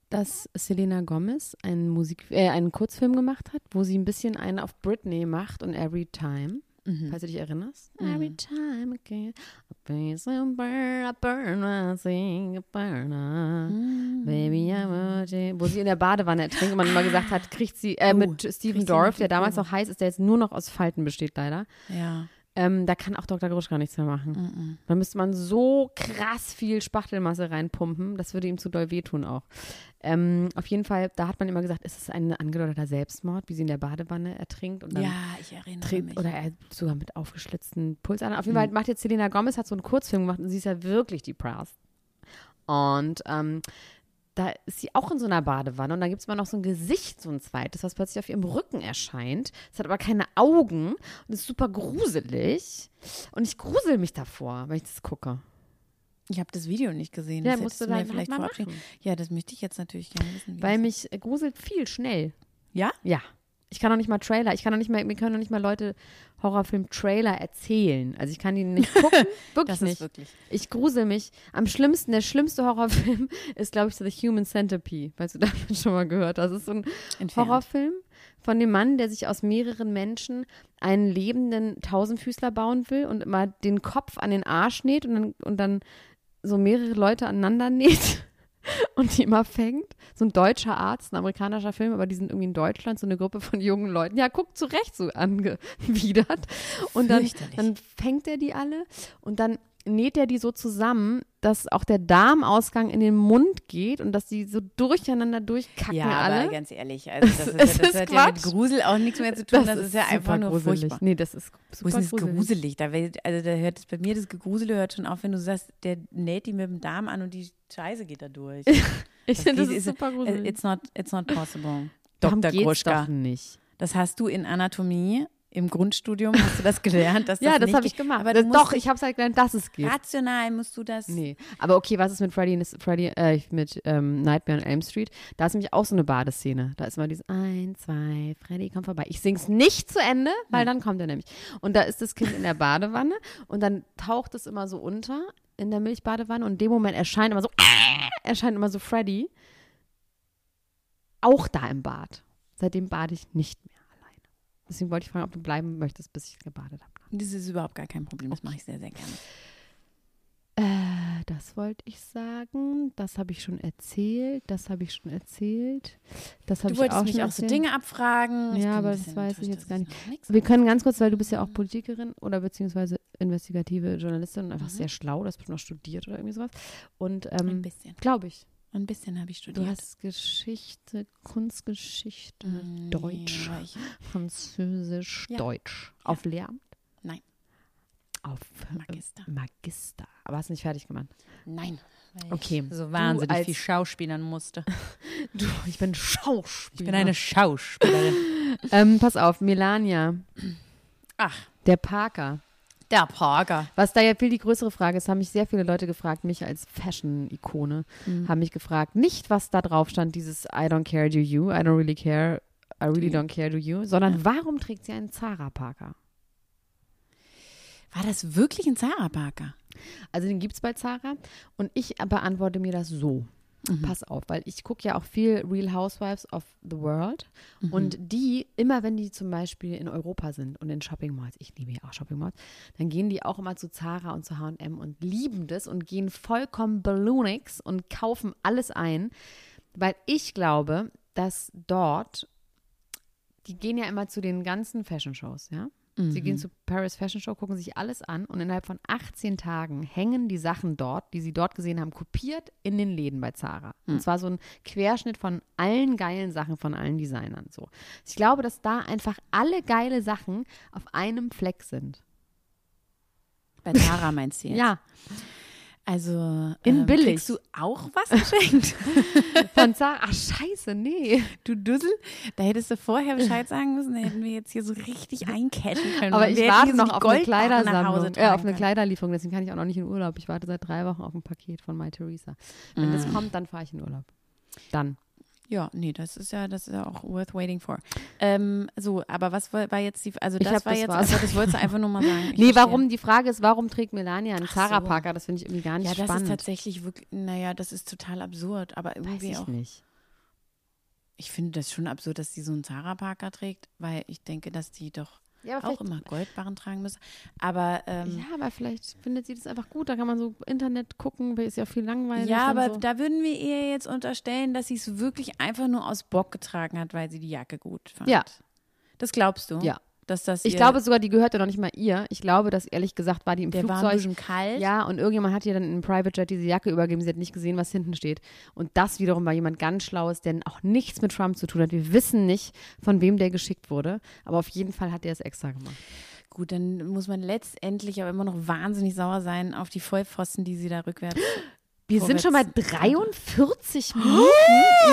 S3: dass Selena Gomez einen, Musik äh, einen Kurzfilm gemacht hat, wo sie ein bisschen einen auf Britney macht und Every Time.
S1: Mhm.
S3: Falls du dich erinnerst. Every time again, I feel so burn, I burn, I sing, I burn, I- baby, I'm a J- Wo sie in der Badewanne ertrinkt und man immer gesagt hat, kriegt sie, äh,
S1: Oh,
S3: mit
S1: kriegt
S3: Steven
S1: sie
S3: Dorff,
S1: mit
S3: der
S1: die
S3: damals
S1: Kurve.
S3: noch heiß ist, der jetzt nur noch aus Falten besteht leider.
S1: Ja.
S3: Ähm, da kann auch Dr. Gruschka nichts mehr machen. Da müsste man so krass viel Spachtelmasse reinpumpen. Das würde ihm zu doll wehtun auch. Ähm, auf jeden Fall, da hat man immer gesagt, ist es ein angedeuteter Selbstmord, wie sie in der Badewanne ertrinkt und dann
S1: Ja, ich erinnere
S3: trinkt
S1: mich.
S3: oder er sogar mit aufgeschlitzten Pulsadern. Auf jeden
S1: Mhm.
S3: Fall macht jetzt Selena Gomez, hat so einen Kurzfilm gemacht und sie ist ja wirklich die Pras. Und ähm, da ist sie auch in so einer Badewanne und dann gibt es mal noch so ein Gesicht, so ein zweites, was plötzlich auf ihrem Rücken erscheint. Es hat aber keine Augen und ist super gruselig. Und ich grusel mich davor, wenn ich das gucke.
S1: Ich habe das Video nicht gesehen.
S3: Ja,
S1: das
S3: musst
S1: hättest
S3: du
S1: mir
S3: dann halt mal
S1: vorab
S3: machen.
S1: schicken. Ja, das möchte ich jetzt natürlich gerne wissen. wie
S3: Weil
S1: das-
S3: mich gruselt viel schnell.
S1: ja?
S3: Ja. Ich kann noch nicht mal Trailer, ich kann noch nicht mal, mir können noch nicht mal Leute Horrorfilm-Trailer erzählen. Also ich kann die nicht gucken, wirklich
S1: Das ist
S3: nicht.
S1: wirklich-
S3: Ich grusel mich. Am schlimmsten, der schlimmste Horrorfilm ist, glaube ich, The Human Centipede, falls du davon schon mal gehört hast. Das ist so ein
S1: Entfernt.
S3: Horrorfilm von dem Mann, der sich aus mehreren Menschen einen lebenden Tausendfüßler bauen will und immer den Kopf an den Arsch näht und dann, und dann so mehrere Leute aneinander näht und die immer fängt. So ein deutscher Arzt, ein amerikanischer Film, aber die sind irgendwie in Deutschland, so eine Gruppe von jungen Leuten. Ja, guckt zu Recht so angewidert. Und dann,
S1: Fürchterlich.
S3: dann fängt er die alle und dann näht er die so zusammen, dass auch der Darmausgang in den Mund geht und dass die so durcheinander durchkacken
S1: Ja,
S3: alle.
S1: aber ganz ehrlich, also
S3: es
S1: das, ist, ja- das
S3: ist
S1: hat ja mit
S3: Quatsch.
S1: Grusel auch nichts mehr zu tun. Das, ist ja
S3: super
S1: einfach nur
S3: gruselig.
S1: furchtbar.
S3: Nee, das ist super
S1: Wo ist denn das
S3: gruselig.
S1: gruselig? Da, wird- also da hört es bei mir das Gegrusele hört schon auf, wenn du sagst, der näht die mit dem Darm an und die Scheiße geht da durch.
S3: Ich finde, das
S1: geht- also,
S3: ist super gruselig.
S1: äh, It's not, it's not possible.
S3: Darum
S1: Dr.
S3: geht's
S1: Gruschka.
S3: doch nicht.
S1: Das hast du in Anatomie im Grundstudium, hast du das gelernt? Dass
S3: Ja,
S1: das,
S3: das
S1: nicht
S3: habe ich
S1: geht.
S3: gemacht.
S1: Aber
S3: das,
S1: du musst
S3: doch,
S1: dich-
S3: ich habe es halt gelernt, dass es geht.
S1: rational musst du das.
S3: Nee, aber okay, was ist mit Freddy, Freddy äh, mit ähm, Nightmare on Elm Street? Da ist nämlich auch so eine Badeszene. Da ist mal dieses ein, zwei, Freddy, komm vorbei. Ich sing's nicht zu Ende, weil dann kommt er nämlich. Und da ist das Kind in der Badewanne und dann taucht es immer so unter in der Milchbadewanne und in dem Moment erscheint immer so, erscheint immer so Freddy. Auch da im Bad. Seitdem bade ich nicht mehr alleine. Deswegen wollte ich fragen, ob du bleiben möchtest, bis ich gebadet habe.
S1: Das ist überhaupt gar kein Problem. Das mache ich sehr, sehr gerne.
S3: Äh, Das wollte ich sagen. Das habe ich schon erzählt. Das habe ich schon erzählt. Das habe
S1: Du
S3: ich auch
S1: wolltest
S3: schon
S1: mich auch so
S3: erzählt.
S1: Dinge abfragen. Ich
S3: Ja,
S1: bin ein
S3: aber das
S1: bisschen
S3: weiß ich
S1: enttäuscht,
S3: jetzt
S1: dass
S3: gar nicht.
S1: noch nichts
S3: Wir können ganz kurz, weil du bist
S1: Mhm.
S3: ja auch Politikerin oder beziehungsweise investigative Journalistin und einfach sehr schlau. Das wird noch studiert oder irgendwie sowas. Und
S1: Mhm. Ein
S3: ähm,
S1: bisschen.
S3: glaube ich,
S1: Ein bisschen habe ich
S3: du
S1: studiert.
S3: hast Geschichte, Kunstgeschichte,
S1: Mm,
S3: Deutsch,
S1: nee, aber ich
S3: Französisch,
S1: Ja.
S3: Deutsch. Auf Lehramt?
S1: Nein.
S3: Auf Magister.
S1: Magister.
S3: Magister. Aber hast nicht fertig gemacht.
S1: Nein. weil ich
S3: Okay.
S1: So
S3: Du
S1: wahnsinnig
S3: als-
S1: viel schauspielern musste.
S3: Du, ich bin Schauspieler.
S1: Ich bin eine Schauspielerin.
S3: Ähm, pass auf, Melania,
S1: Ach,
S3: der Parker.
S1: der Parker.
S3: Was da ja viel die größere Frage ist, haben mich sehr viele Leute gefragt, mich als Fashion-Ikone, haben mich gefragt, nicht was da drauf stand, dieses I don't care, do you, I don't really care, I really don't care, do you, sondern warum trägt sie einen Zara Parker?
S1: War das wirklich ein Sarah Parker?
S3: Also den gibt es bei Zara und ich beantworte mir das so. Pass auf, weil ich gucke ja auch viel Real Housewives of the World und die, immer wenn die zum Beispiel in Europa sind und in Shopping Malls, ich liebe ja auch Shopping Malls, dann gehen die auch immer zu Zara und zu H&M und lieben das und gehen vollkommen balloonix und kaufen alles ein, weil ich glaube, dass dort die gehen ja immer zu den ganzen Fashion-Shows, ja? Sie gehen zu Paris Fashion Show, gucken sich alles an und innerhalb von 18 Tagen hängen die Sachen dort, die sie dort gesehen haben, kopiert in den Läden bei Zara. Und zwar so ein Querschnitt von allen geilen Sachen von allen Designern. So. Ich glaube, dass da einfach alle geile Sachen auf einem Fleck sind.
S1: Bei Sarah meinst du jetzt?
S3: Ja,
S1: Also
S3: In billig.
S1: kriegst du auch was geschenkt?
S3: von Zara. Ach, scheiße, nee.
S1: du Dussel, da hättest du vorher Bescheid sagen müssen, da hätten wir jetzt hier so richtig eincashen können.
S3: Aber
S1: Wir
S3: ich
S1: hätten
S3: warte
S1: hier so
S3: noch
S1: die
S3: auf eine
S1: Goldbarren nach
S3: Kleidersammlung.
S1: Hause
S3: Äh, auf
S1: tragen
S3: eine
S1: können.
S3: Kleiderlieferung, deswegen kann ich auch noch nicht in Urlaub. Ich warte seit drei Wochen auf ein Paket von My Theresa. Wenn
S1: Ah.
S3: das kommt, dann fahre ich in Urlaub. Dann.
S1: Ja, nee, das ist ja, das ist ja auch worth waiting for. Ähm, so, aber was war war jetzt die, also das
S3: glaub,
S1: war
S3: das
S1: jetzt,
S3: war's.
S1: also das wolltest du einfach nur mal sagen. Ich
S3: Nee,
S1: verstehe.
S3: warum? Die Frage ist, warum trägt Melania einen
S1: Ach
S3: Zara
S1: so.
S3: Parker? Das finde ich irgendwie gar nicht
S1: Ja, das ist
S3: spannend.
S1: tatsächlich wirklich, naja, das ist total absurd, aber
S3: Weiß
S1: irgendwie
S3: ich
S1: auch.
S3: nicht.
S1: Ich finde das schon absurd, dass die so einen Zara Parker trägt, weil ich denke, dass die doch
S3: Ja, aber
S1: auch
S3: vielleicht-
S1: immer Goldbarren tragen müssen. Aber ähm,
S3: Ja, aber vielleicht findet sie das einfach gut. Da kann man so Internet gucken, weil ist ja auch viel
S1: ja,
S3: langweilig. und
S1: aber
S3: so.
S1: da würden wir ihr jetzt unterstellen, dass sie es wirklich einfach nur aus Bock getragen hat, weil sie die Jacke gut fand.
S3: Ja.
S1: Das glaubst du?
S3: Ja.
S1: Dass das
S3: ich
S1: ihr-
S3: glaube sogar, die gehörte noch nicht mal ihr. Ich glaube, dass ehrlich gesagt war die im
S1: der war ein
S3: Flugzeug.
S1: bisschen kalt.
S3: Ja, und irgendjemand hat ihr dann im Private Jet diese Jacke übergeben. Sie hat nicht gesehen, was hinten steht. Und das wiederum war jemand ganz Schlaues, der auch nichts mit Trump zu tun hat. Wir wissen nicht, von wem der geschickt wurde. Aber auf jeden Fall hat er es extra gemacht.
S1: Gut, dann muss man letztendlich aber immer noch wahnsinnig sauer sein auf die Vollpfosten, die sie da rückwärts
S3: Wir sind schon bei 43 Minuten,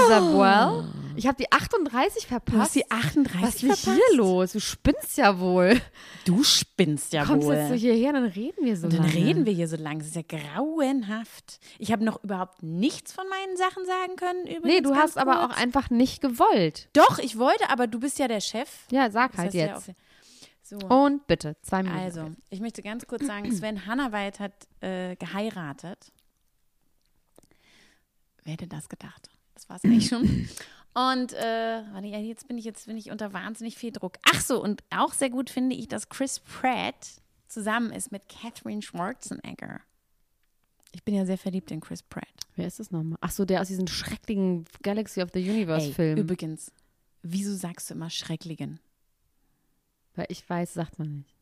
S3: Isabel. Ich habe die 38 verpasst.
S1: Du hast die 38
S3: Was ist denn
S1: verpasst?
S3: hier los? Du spinnst ja wohl.
S1: Du spinnst ja
S3: Kommst
S1: wohl.
S3: jetzt so hierher, dann reden wir so
S1: Und dann
S3: lange.
S1: reden wir hier so lang. Das ist ja grauenhaft. Ich habe noch überhaupt nichts von meinen Sachen sagen können. Übrigens
S3: Nee, du
S1: ganz
S3: hast aber
S1: kurz.
S3: auch einfach nicht gewollt.
S1: Doch, ich wollte, aber du bist ja der Chef.
S3: Ja, sag
S1: Das
S3: halt
S1: hast du ja
S3: jetzt. Oh,
S1: auch- So.
S3: Und bitte, zwei Minuten.
S1: Also, ich möchte ganz kurz sagen, Sven Hannawald hat äh, geheiratet. Wer hätte das gedacht? Das war es eigentlich schon. Und äh, warte, ja, jetzt bin ich jetzt bin ich unter wahnsinnig viel Druck. Ach so, und auch sehr gut finde ich, dass Chris Pratt zusammen ist mit Catherine Schwarzenegger. Ich bin ja sehr verliebt in Chris Pratt.
S3: Wer ist das nochmal? Ach so, der aus diesem schrecklichen Galaxy of the
S1: Ey,
S3: Universe-Film.
S1: Übrigens, wieso sagst du immer Schrecklichen?
S3: Weil ich weiß, sagt man nicht.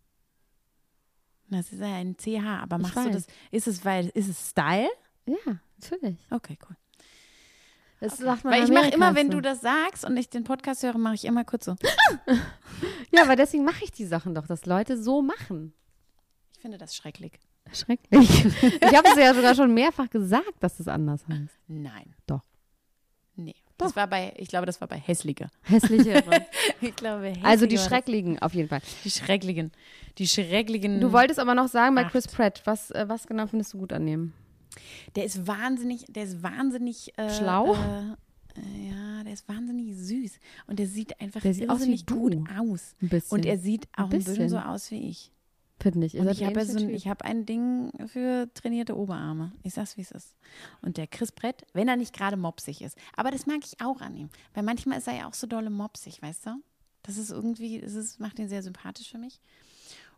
S1: Das ist ja ein CH, aber
S3: Ich
S1: machst du
S3: weiß.
S1: das? Ist es, weil, ist es Style?
S3: Ja, natürlich.
S1: Okay, cool.
S3: Das sagt man
S1: Weil
S3: in
S1: ich mache
S3: Amerika
S1: immer, wenn
S3: so.
S1: du das sagst und ich den Podcast höre, mache ich immer kurz so.
S3: Ja, aber deswegen mache ich die Sachen doch, dass Leute so machen.
S1: Ich finde das schrecklich.
S3: Schrecklich. Ich habe es ja sogar schon mehrfach gesagt, dass es anders heißt.
S1: Nein.
S3: Doch.
S1: Nee. Das war bei, ich glaube, das war bei hässlicher.
S3: Hässlichere.
S1: Ich glaube, hässlicher.
S3: Also die
S1: war das.
S3: Schrecklichen auf jeden Fall.
S1: Die schrecklichen. Die schrecklichen.
S3: Du wolltest aber noch sagen bei
S1: Acht.
S3: Chris Pratt, was, äh, was genau findest du gut an dem?
S1: Der ist wahnsinnig, der ist wahnsinnig. Äh,
S3: Schlau?
S1: Äh, äh, ja, der ist wahnsinnig süß. Und der sieht einfach
S3: Der sieht aus wie
S1: irrsinnig gut
S3: du.
S1: aus.
S3: Ein bisschen.
S1: Und er sieht auch ein bisschen
S3: bisschen.
S1: so aus wie ich.
S3: Finde ich. Ihr
S1: Und
S3: seid
S1: ich habe ja
S3: ähnliche
S1: so ein,
S3: Typen.
S1: ich hab ein Ding für trainierte Oberarme. Ich sag's, wie es ist. Und der Chris Brett, wenn er nicht gerade mopsig ist. Aber das mag ich auch an ihm. Weil manchmal ist er ja auch so dolle mopsig, weißt du? Das ist irgendwie, das ist, macht ihn sehr sympathisch für mich.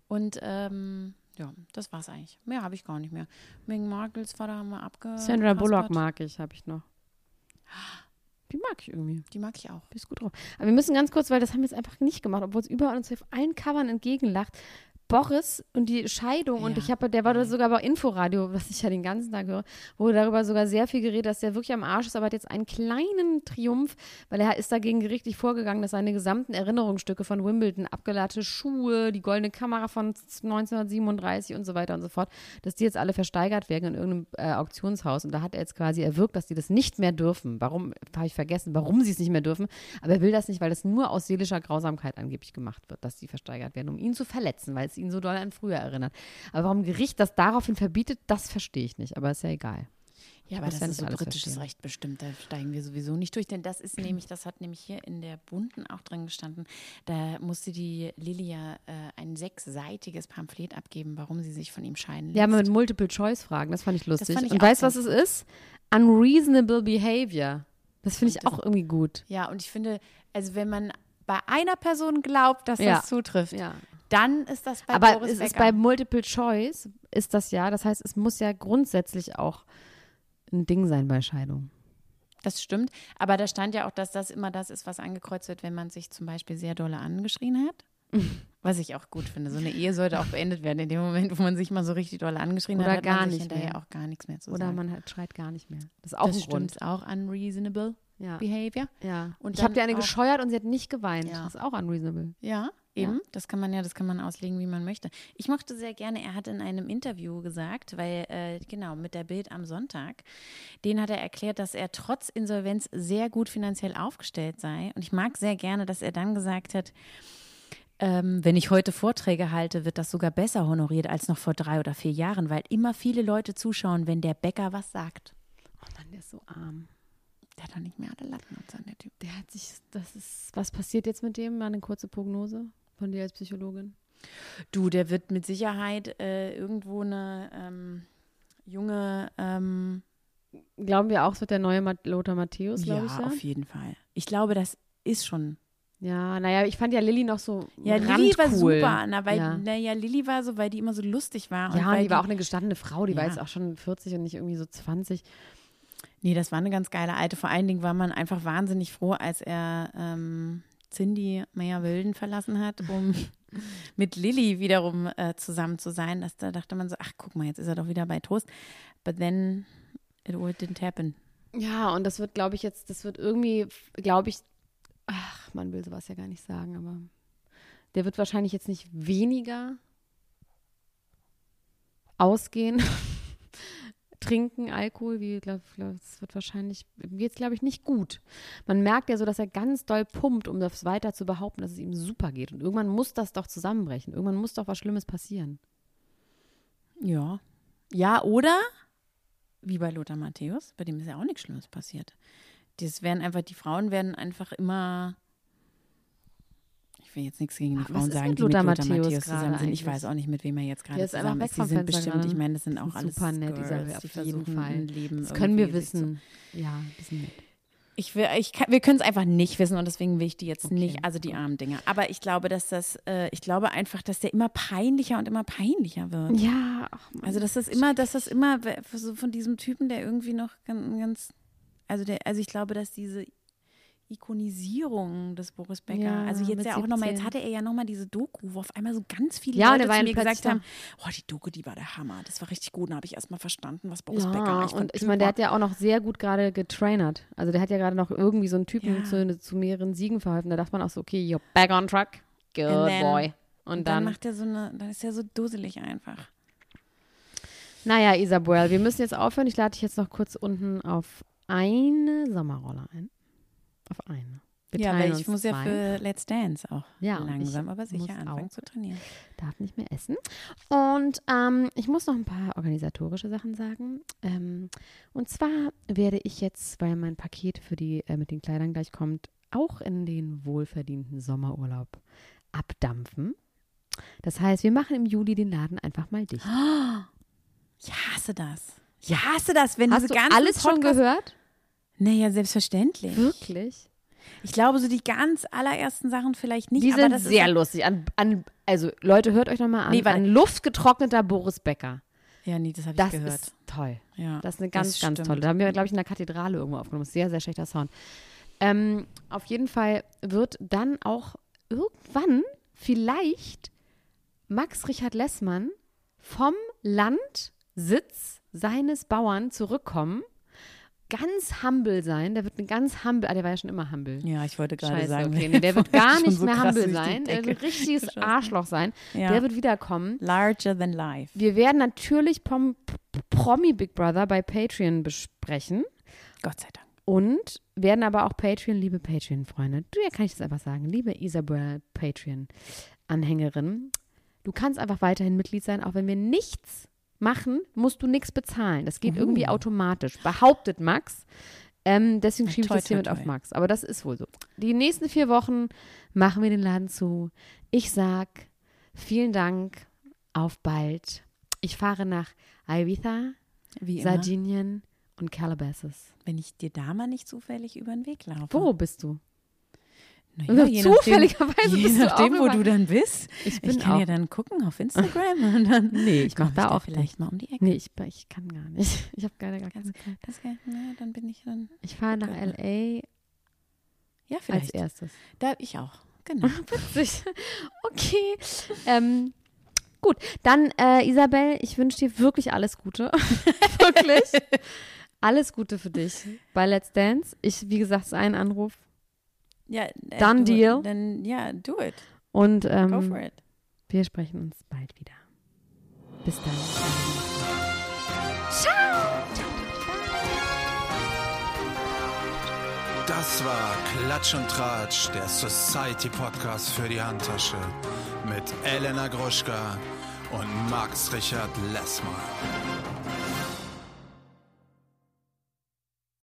S1: Und ähm, ja, das war's eigentlich. Mehr habe ich gar nicht mehr. Megan Markles Vater haben wir abge.
S3: Sandra Bullock
S1: kaspert.
S3: mag ich, habe ich noch. Die mag ich irgendwie.
S1: Die mag ich auch.
S3: Bin ich gut drauf. Aber wir müssen ganz kurz, weil das haben wir jetzt einfach nicht gemacht, obwohl es überall uns auf allen Covern entgegenlacht. Boris und die Scheidung und
S1: Ja.
S3: ich habe, der war da sogar bei Inforadio, was ich ja den ganzen Tag höre, wurde darüber sogar sehr viel geredet, dass der wirklich am Arsch ist, aber hat jetzt einen kleinen Triumph, weil er ist dagegen gerichtlich vorgegangen, dass seine gesamten Erinnerungsstücke von Wimbledon, abgelatte Schuhe, die goldene Kamera von 1937 und so weiter und so fort, dass die jetzt alle versteigert werden in irgendeinem äh, Auktionshaus und da hat er jetzt quasi erwirkt, dass die das nicht mehr dürfen. Warum, habe ich vergessen, warum sie es nicht mehr dürfen, aber er will das nicht, weil das nur aus seelischer Grausamkeit angeblich gemacht wird, dass die versteigert werden, um ihn zu verletzen, weil es ihn so doll an früher erinnert. Aber warum Gericht das daraufhin verbietet, das verstehe ich nicht, aber ist ja egal.
S1: Ja, aber
S3: muss
S1: das
S3: ja
S1: ist
S3: nicht
S1: so
S3: alles
S1: britisches
S3: verstehen.
S1: Recht bestimmt, da steigen wir sowieso nicht durch, denn das ist nämlich, das hat nämlich hier in der Bunten auch drin gestanden, da musste die Lilia äh, ein sechsseitiges Pamphlet abgeben, warum sie sich von ihm scheiden lässt.
S3: Ja, aber mit Multiple-Choice-Fragen, das fand ich lustig.
S1: fand ich
S3: und
S1: auch
S3: weißt du, was es ist? Unreasonable Behavior. Das finde ich
S1: das-
S3: auch irgendwie gut.
S1: ja, und ich finde, also wenn man bei einer Person glaubt, dass
S3: Ja.
S1: das zutrifft,
S3: Ja.
S1: dann ist das bei
S3: aber
S1: Boris
S3: es ist
S1: Becker.
S3: bei Multiple Choice ist das ja, das heißt, es muss ja grundsätzlich auch ein Ding sein bei Scheidung.
S1: Das stimmt. Aber da stand ja auch, dass das immer das ist, was angekreuzt wird, wenn man sich zum Beispiel sehr dolle angeschrien hat. Was ich auch gut finde. So eine Ehe sollte auch beendet werden in dem Moment, wo man sich mal so richtig dolle angeschrien
S3: Oder
S1: hat, hat
S3: gar
S1: man sich
S3: nicht
S1: hinterher
S3: mehr.
S1: auch gar nichts mehr zu
S3: Oder
S1: sagen.
S3: man hat, schreit gar nicht mehr. Das ist auch
S1: das
S3: ein Grund.
S1: stimmt auch unreasonable
S3: Ja.
S1: behavior.
S3: Ja.
S1: Und
S3: ich habe
S1: dann
S3: dir eine
S1: auch-
S3: gescheuert und sie hat nicht geweint.
S1: Ja.
S3: Das ist auch unreasonable.
S1: Ja, eben. Das kann man ja, das kann man auslegen, wie man möchte. Ich mochte sehr gerne, er hat in einem Interview gesagt, weil, äh, genau, mit der Bild am Sonntag, den hat er erklärt, dass er trotz Insolvenz sehr gut finanziell aufgestellt sei. Und ich mag sehr gerne, dass er dann gesagt hat, ähm, wenn ich heute Vorträge halte, wird das sogar besser honoriert als noch vor drei oder vier Jahren, weil immer viele Leute zuschauen, wenn der Bäcker was sagt.
S3: Oh Mann, der ist so arm.
S1: Der hat doch nicht mehr alle Latten und so, der Typ.
S3: Der hat sich, das ist, was passiert jetzt mit dem? Mal eine kurze Prognose von dir als Psychologin.
S1: Du, der wird mit Sicherheit äh, irgendwo eine ähm, junge. Ähm,
S3: Glauben wir auch, es wird der neue Mat Lothar Matthäus,
S1: ja,
S3: glaube ich, ja?
S1: auf jeden Fall. Ich glaube, das ist schon.
S3: Ja, naja, ich fand ja Lilly noch so
S1: Ja, Lilly
S3: randcool.
S1: war super, na, weil,
S3: ja.
S1: naja, Lilly war so, weil die immer so lustig war. und
S3: Ja, und
S1: weil
S3: die war auch eine gestandene Frau, die war
S1: Ja.
S3: jetzt auch schon 40 und nicht irgendwie so 20.
S1: Nee, das war eine ganz geile Alte. Vor allen Dingen war man einfach wahnsinnig froh, als er ähm, Cindy Meyer-Wilden verlassen hat, um mit Lilly wiederum äh, zusammen zu sein. Dass da dachte man so, ach, guck mal, jetzt ist er doch wieder bei Toast. But then it all didn't happen.
S3: Ja, und das wird, glaube ich, jetzt, das wird irgendwie, glaube ich, ach, man will sowas ja gar nicht sagen, aber der wird wahrscheinlich jetzt nicht weniger ausgehen trinken Alkohol, wie glaub, glaub, es wird wahrscheinlich, ihm geht es, glaube ich, nicht gut. Man merkt ja so, dass er ganz doll pumpt, um das weiter zu behaupten, dass es ihm super geht. Und irgendwann muss das doch zusammenbrechen. Irgendwann muss doch was Schlimmes passieren.
S1: Ja. Ja, oder wie bei Lothar Matthäus, bei dem ist ja auch nichts Schlimmes passiert. Das werden einfach, die Frauen werden einfach immer. Ich will jetzt nichts gegen die
S3: Aber was
S1: Frauen
S3: ist
S1: sagen,
S3: mit
S1: die mit
S3: Lothar
S1: Lothar
S3: Matthäus
S1: Matthäus
S3: gerade
S1: zusammen sind.
S3: eigentlich?
S1: Ich weiß auch nicht, mit wem er jetzt
S3: Der
S1: gerade
S3: ist einfach
S1: zusammen
S3: weg
S1: ist. Die
S3: vom
S1: sind
S3: Fenster
S1: bestimmt,
S3: gerade.
S1: ich meine, das sind
S3: Das
S1: auch
S3: ist
S1: alles
S3: super nett,
S1: Girls,
S3: Isabel, auf
S1: die
S3: jeden
S1: versuchen
S3: Fall.
S1: ein Leben
S3: Das können wir
S1: irgendwie sich zu-
S3: wissen. Ja, ein bisschen nett.
S1: Ich will, ich kann, wir können es einfach nicht wissen und deswegen will ich die jetzt
S3: Okay,
S1: nicht, also die armen Dinger. Aber ich glaube, dass das, äh, ich glaube einfach, dass der immer peinlicher und immer peinlicher wird.
S3: Ja, ach Mann.
S1: Also dass das immer, dass das immer we- so von diesem Typen, der irgendwie noch ganz, ganz also der, also ich glaube, dass diese Ikonisierung des Boris Becker,
S3: Ja,
S1: also jetzt
S3: mit
S1: ja auch nochmal, jetzt
S3: 17.
S1: hatte er ja nochmal diese Doku, wo auf einmal so ganz viele
S3: Ja, und
S1: Leute
S3: er war
S1: zu
S3: ja
S1: mir
S3: plötzlich
S1: gesagt haben, oh, die Doku, die war der Hammer, das war richtig gut, und habe ich erstmal verstanden, was Boris Becker
S3: ja,
S1: eigentlich für ein
S3: und ich
S1: Typ
S3: meine, der
S1: war.
S3: hat ja auch noch sehr gut gerade getrainert. Also der hat ja gerade noch irgendwie so einen Typen
S1: Ja.
S3: zu, zu mehreren Siegen verholfen. Da dachte man auch so, okay, you're back on track. Good
S1: And then-
S3: boy.
S1: und
S3: Und
S1: dann,
S3: dann,
S1: macht er so eine, dann ist er so dusselig einfach.
S3: naja, Isabel, wir müssen jetzt aufhören. Ich lade dich jetzt noch kurz unten auf eine Sommerrolle ein. Auf eine. Wir
S1: ja,
S3: teilen
S1: weil ich
S3: uns
S1: muss ja
S3: zwei.
S1: für Let's Dance auch
S3: Ja, und ich
S1: langsam, aber sicher
S3: muss
S1: anfangen
S3: auch.
S1: zu trainieren.
S3: darf nicht mehr essen. Und ähm, ich muss noch ein paar organisatorische Sachen sagen. Ähm, und zwar werde ich jetzt, weil mein Paket für die äh, mit den Kleidern gleich kommt, auch in den wohlverdienten Sommerurlaub abdampfen. Das heißt, wir machen im Juli den Laden einfach mal dicht.
S1: Ich hasse das. Ich hasse das, wenn
S3: Hast
S1: diese
S3: du
S1: ganzen
S3: alles schon
S1: Podcasts-
S3: gehört?
S1: Naja, selbstverständlich.
S3: Hm? Wirklich?
S1: Ich glaube, so die ganz allerersten Sachen vielleicht nicht.
S3: Die
S1: aber
S3: sind
S1: das
S3: sehr
S1: ist,
S3: lustig. An, an, also Leute, hört euch nochmal an.
S1: Nee, warte.
S3: an luftgetrockneter Boris Becker.
S1: Ja, nee, das habe ich
S3: Das
S1: gehört.
S3: ist toll.
S1: ja,
S3: Das ist eine ganz, ganz
S1: stimmt.
S3: tolle. Da haben wir, glaube ich, in der Kathedrale irgendwo aufgenommen. Sehr, sehr schlechter Sound. Ähm, auf jeden Fall wird dann auch irgendwann vielleicht Max Richard Lessmann vom Landsitz seines Bauern zurückkommen, ganz humble sein. Der wird ein ganz humble, ah, der war ja schon immer humble.
S1: Ja, ich wollte gerade
S3: Scheiße,
S1: sagen.
S3: okay. Nee, der wird
S1: wir haben
S3: gar
S1: schon
S3: nicht
S1: so
S3: mehr
S1: krass
S3: humble
S1: durch die
S3: sein. also Der
S1: Decke
S3: wird ein richtiges
S1: geschossen.
S3: Arschloch sein.
S1: Ja.
S3: Der wird wiederkommen.
S1: Larger than life.
S3: Wir werden natürlich Prom Promi Big Brother bei Patreon besprechen.
S1: Gott sei Dank.
S3: Und werden aber auch Patreon, liebe Patreon-Freunde, du ja kann ich das einfach sagen, liebe Isabel Patreon-Anhängerin, du kannst einfach weiterhin Mitglied sein, auch wenn wir nichts machen, musst du nichts bezahlen. Das
S1: Oh.
S3: geht irgendwie automatisch, behauptet Max. Ähm, deswegen
S1: Na,
S3: schiebe ich
S1: toi,
S3: das
S1: toi,
S3: hiermit
S1: toi.
S3: auf Max. Aber das ist wohl so. Die nächsten vier Wochen machen wir den Laden zu. Ich sag vielen Dank, auf bald. Ich fahre nach Ibiza,
S1: Wie immer,
S3: Sardinien und Calabasas.
S1: wenn ich dir da mal nicht zufällig über den Weg laufe.
S3: Wo bist du?
S1: Naja, je nachdem-
S3: Zufälligerweise
S1: Je
S3: also bist du
S1: nachdem, wo
S3: auch
S1: du dann bist.
S3: Ich bin
S1: Ich kann
S3: auch-
S1: ja dann gucken auf Instagram und dann. Nee,
S3: ich mach da auch
S1: vielleicht mal um die Ecke.
S3: Nee, ich, ich kann gar nicht. Ich habe gar, gar
S1: Ganz-
S3: keine Zeit.
S1: Das, kann- na, dann bin ich dann.
S3: Ich fahre nach
S1: Ganz-
S3: L.A.
S1: Ja,
S3: als Mhm.
S1: vielleicht.
S3: erstes.
S1: Da ich auch. Genau.
S3: Witzig. Okay. Ähm, gut, dann äh, Isabel, ich wünsche dir wirklich alles Gute. wirklich. Alles Gute für dich bei Let's Dance. Ich, wie gesagt, es ist ein Anruf.
S1: Ja, äh,
S3: Done
S1: du,
S3: deal.
S1: Dann ja, do it.
S3: Und
S1: Go
S3: ähm,
S1: for it.
S3: wir sprechen uns bald wieder. Bis dann.
S4: Das war Klatsch und Tratsch, der Society Podcast für die Handtasche mit Elena Gruschka und Max Richard Lessmann.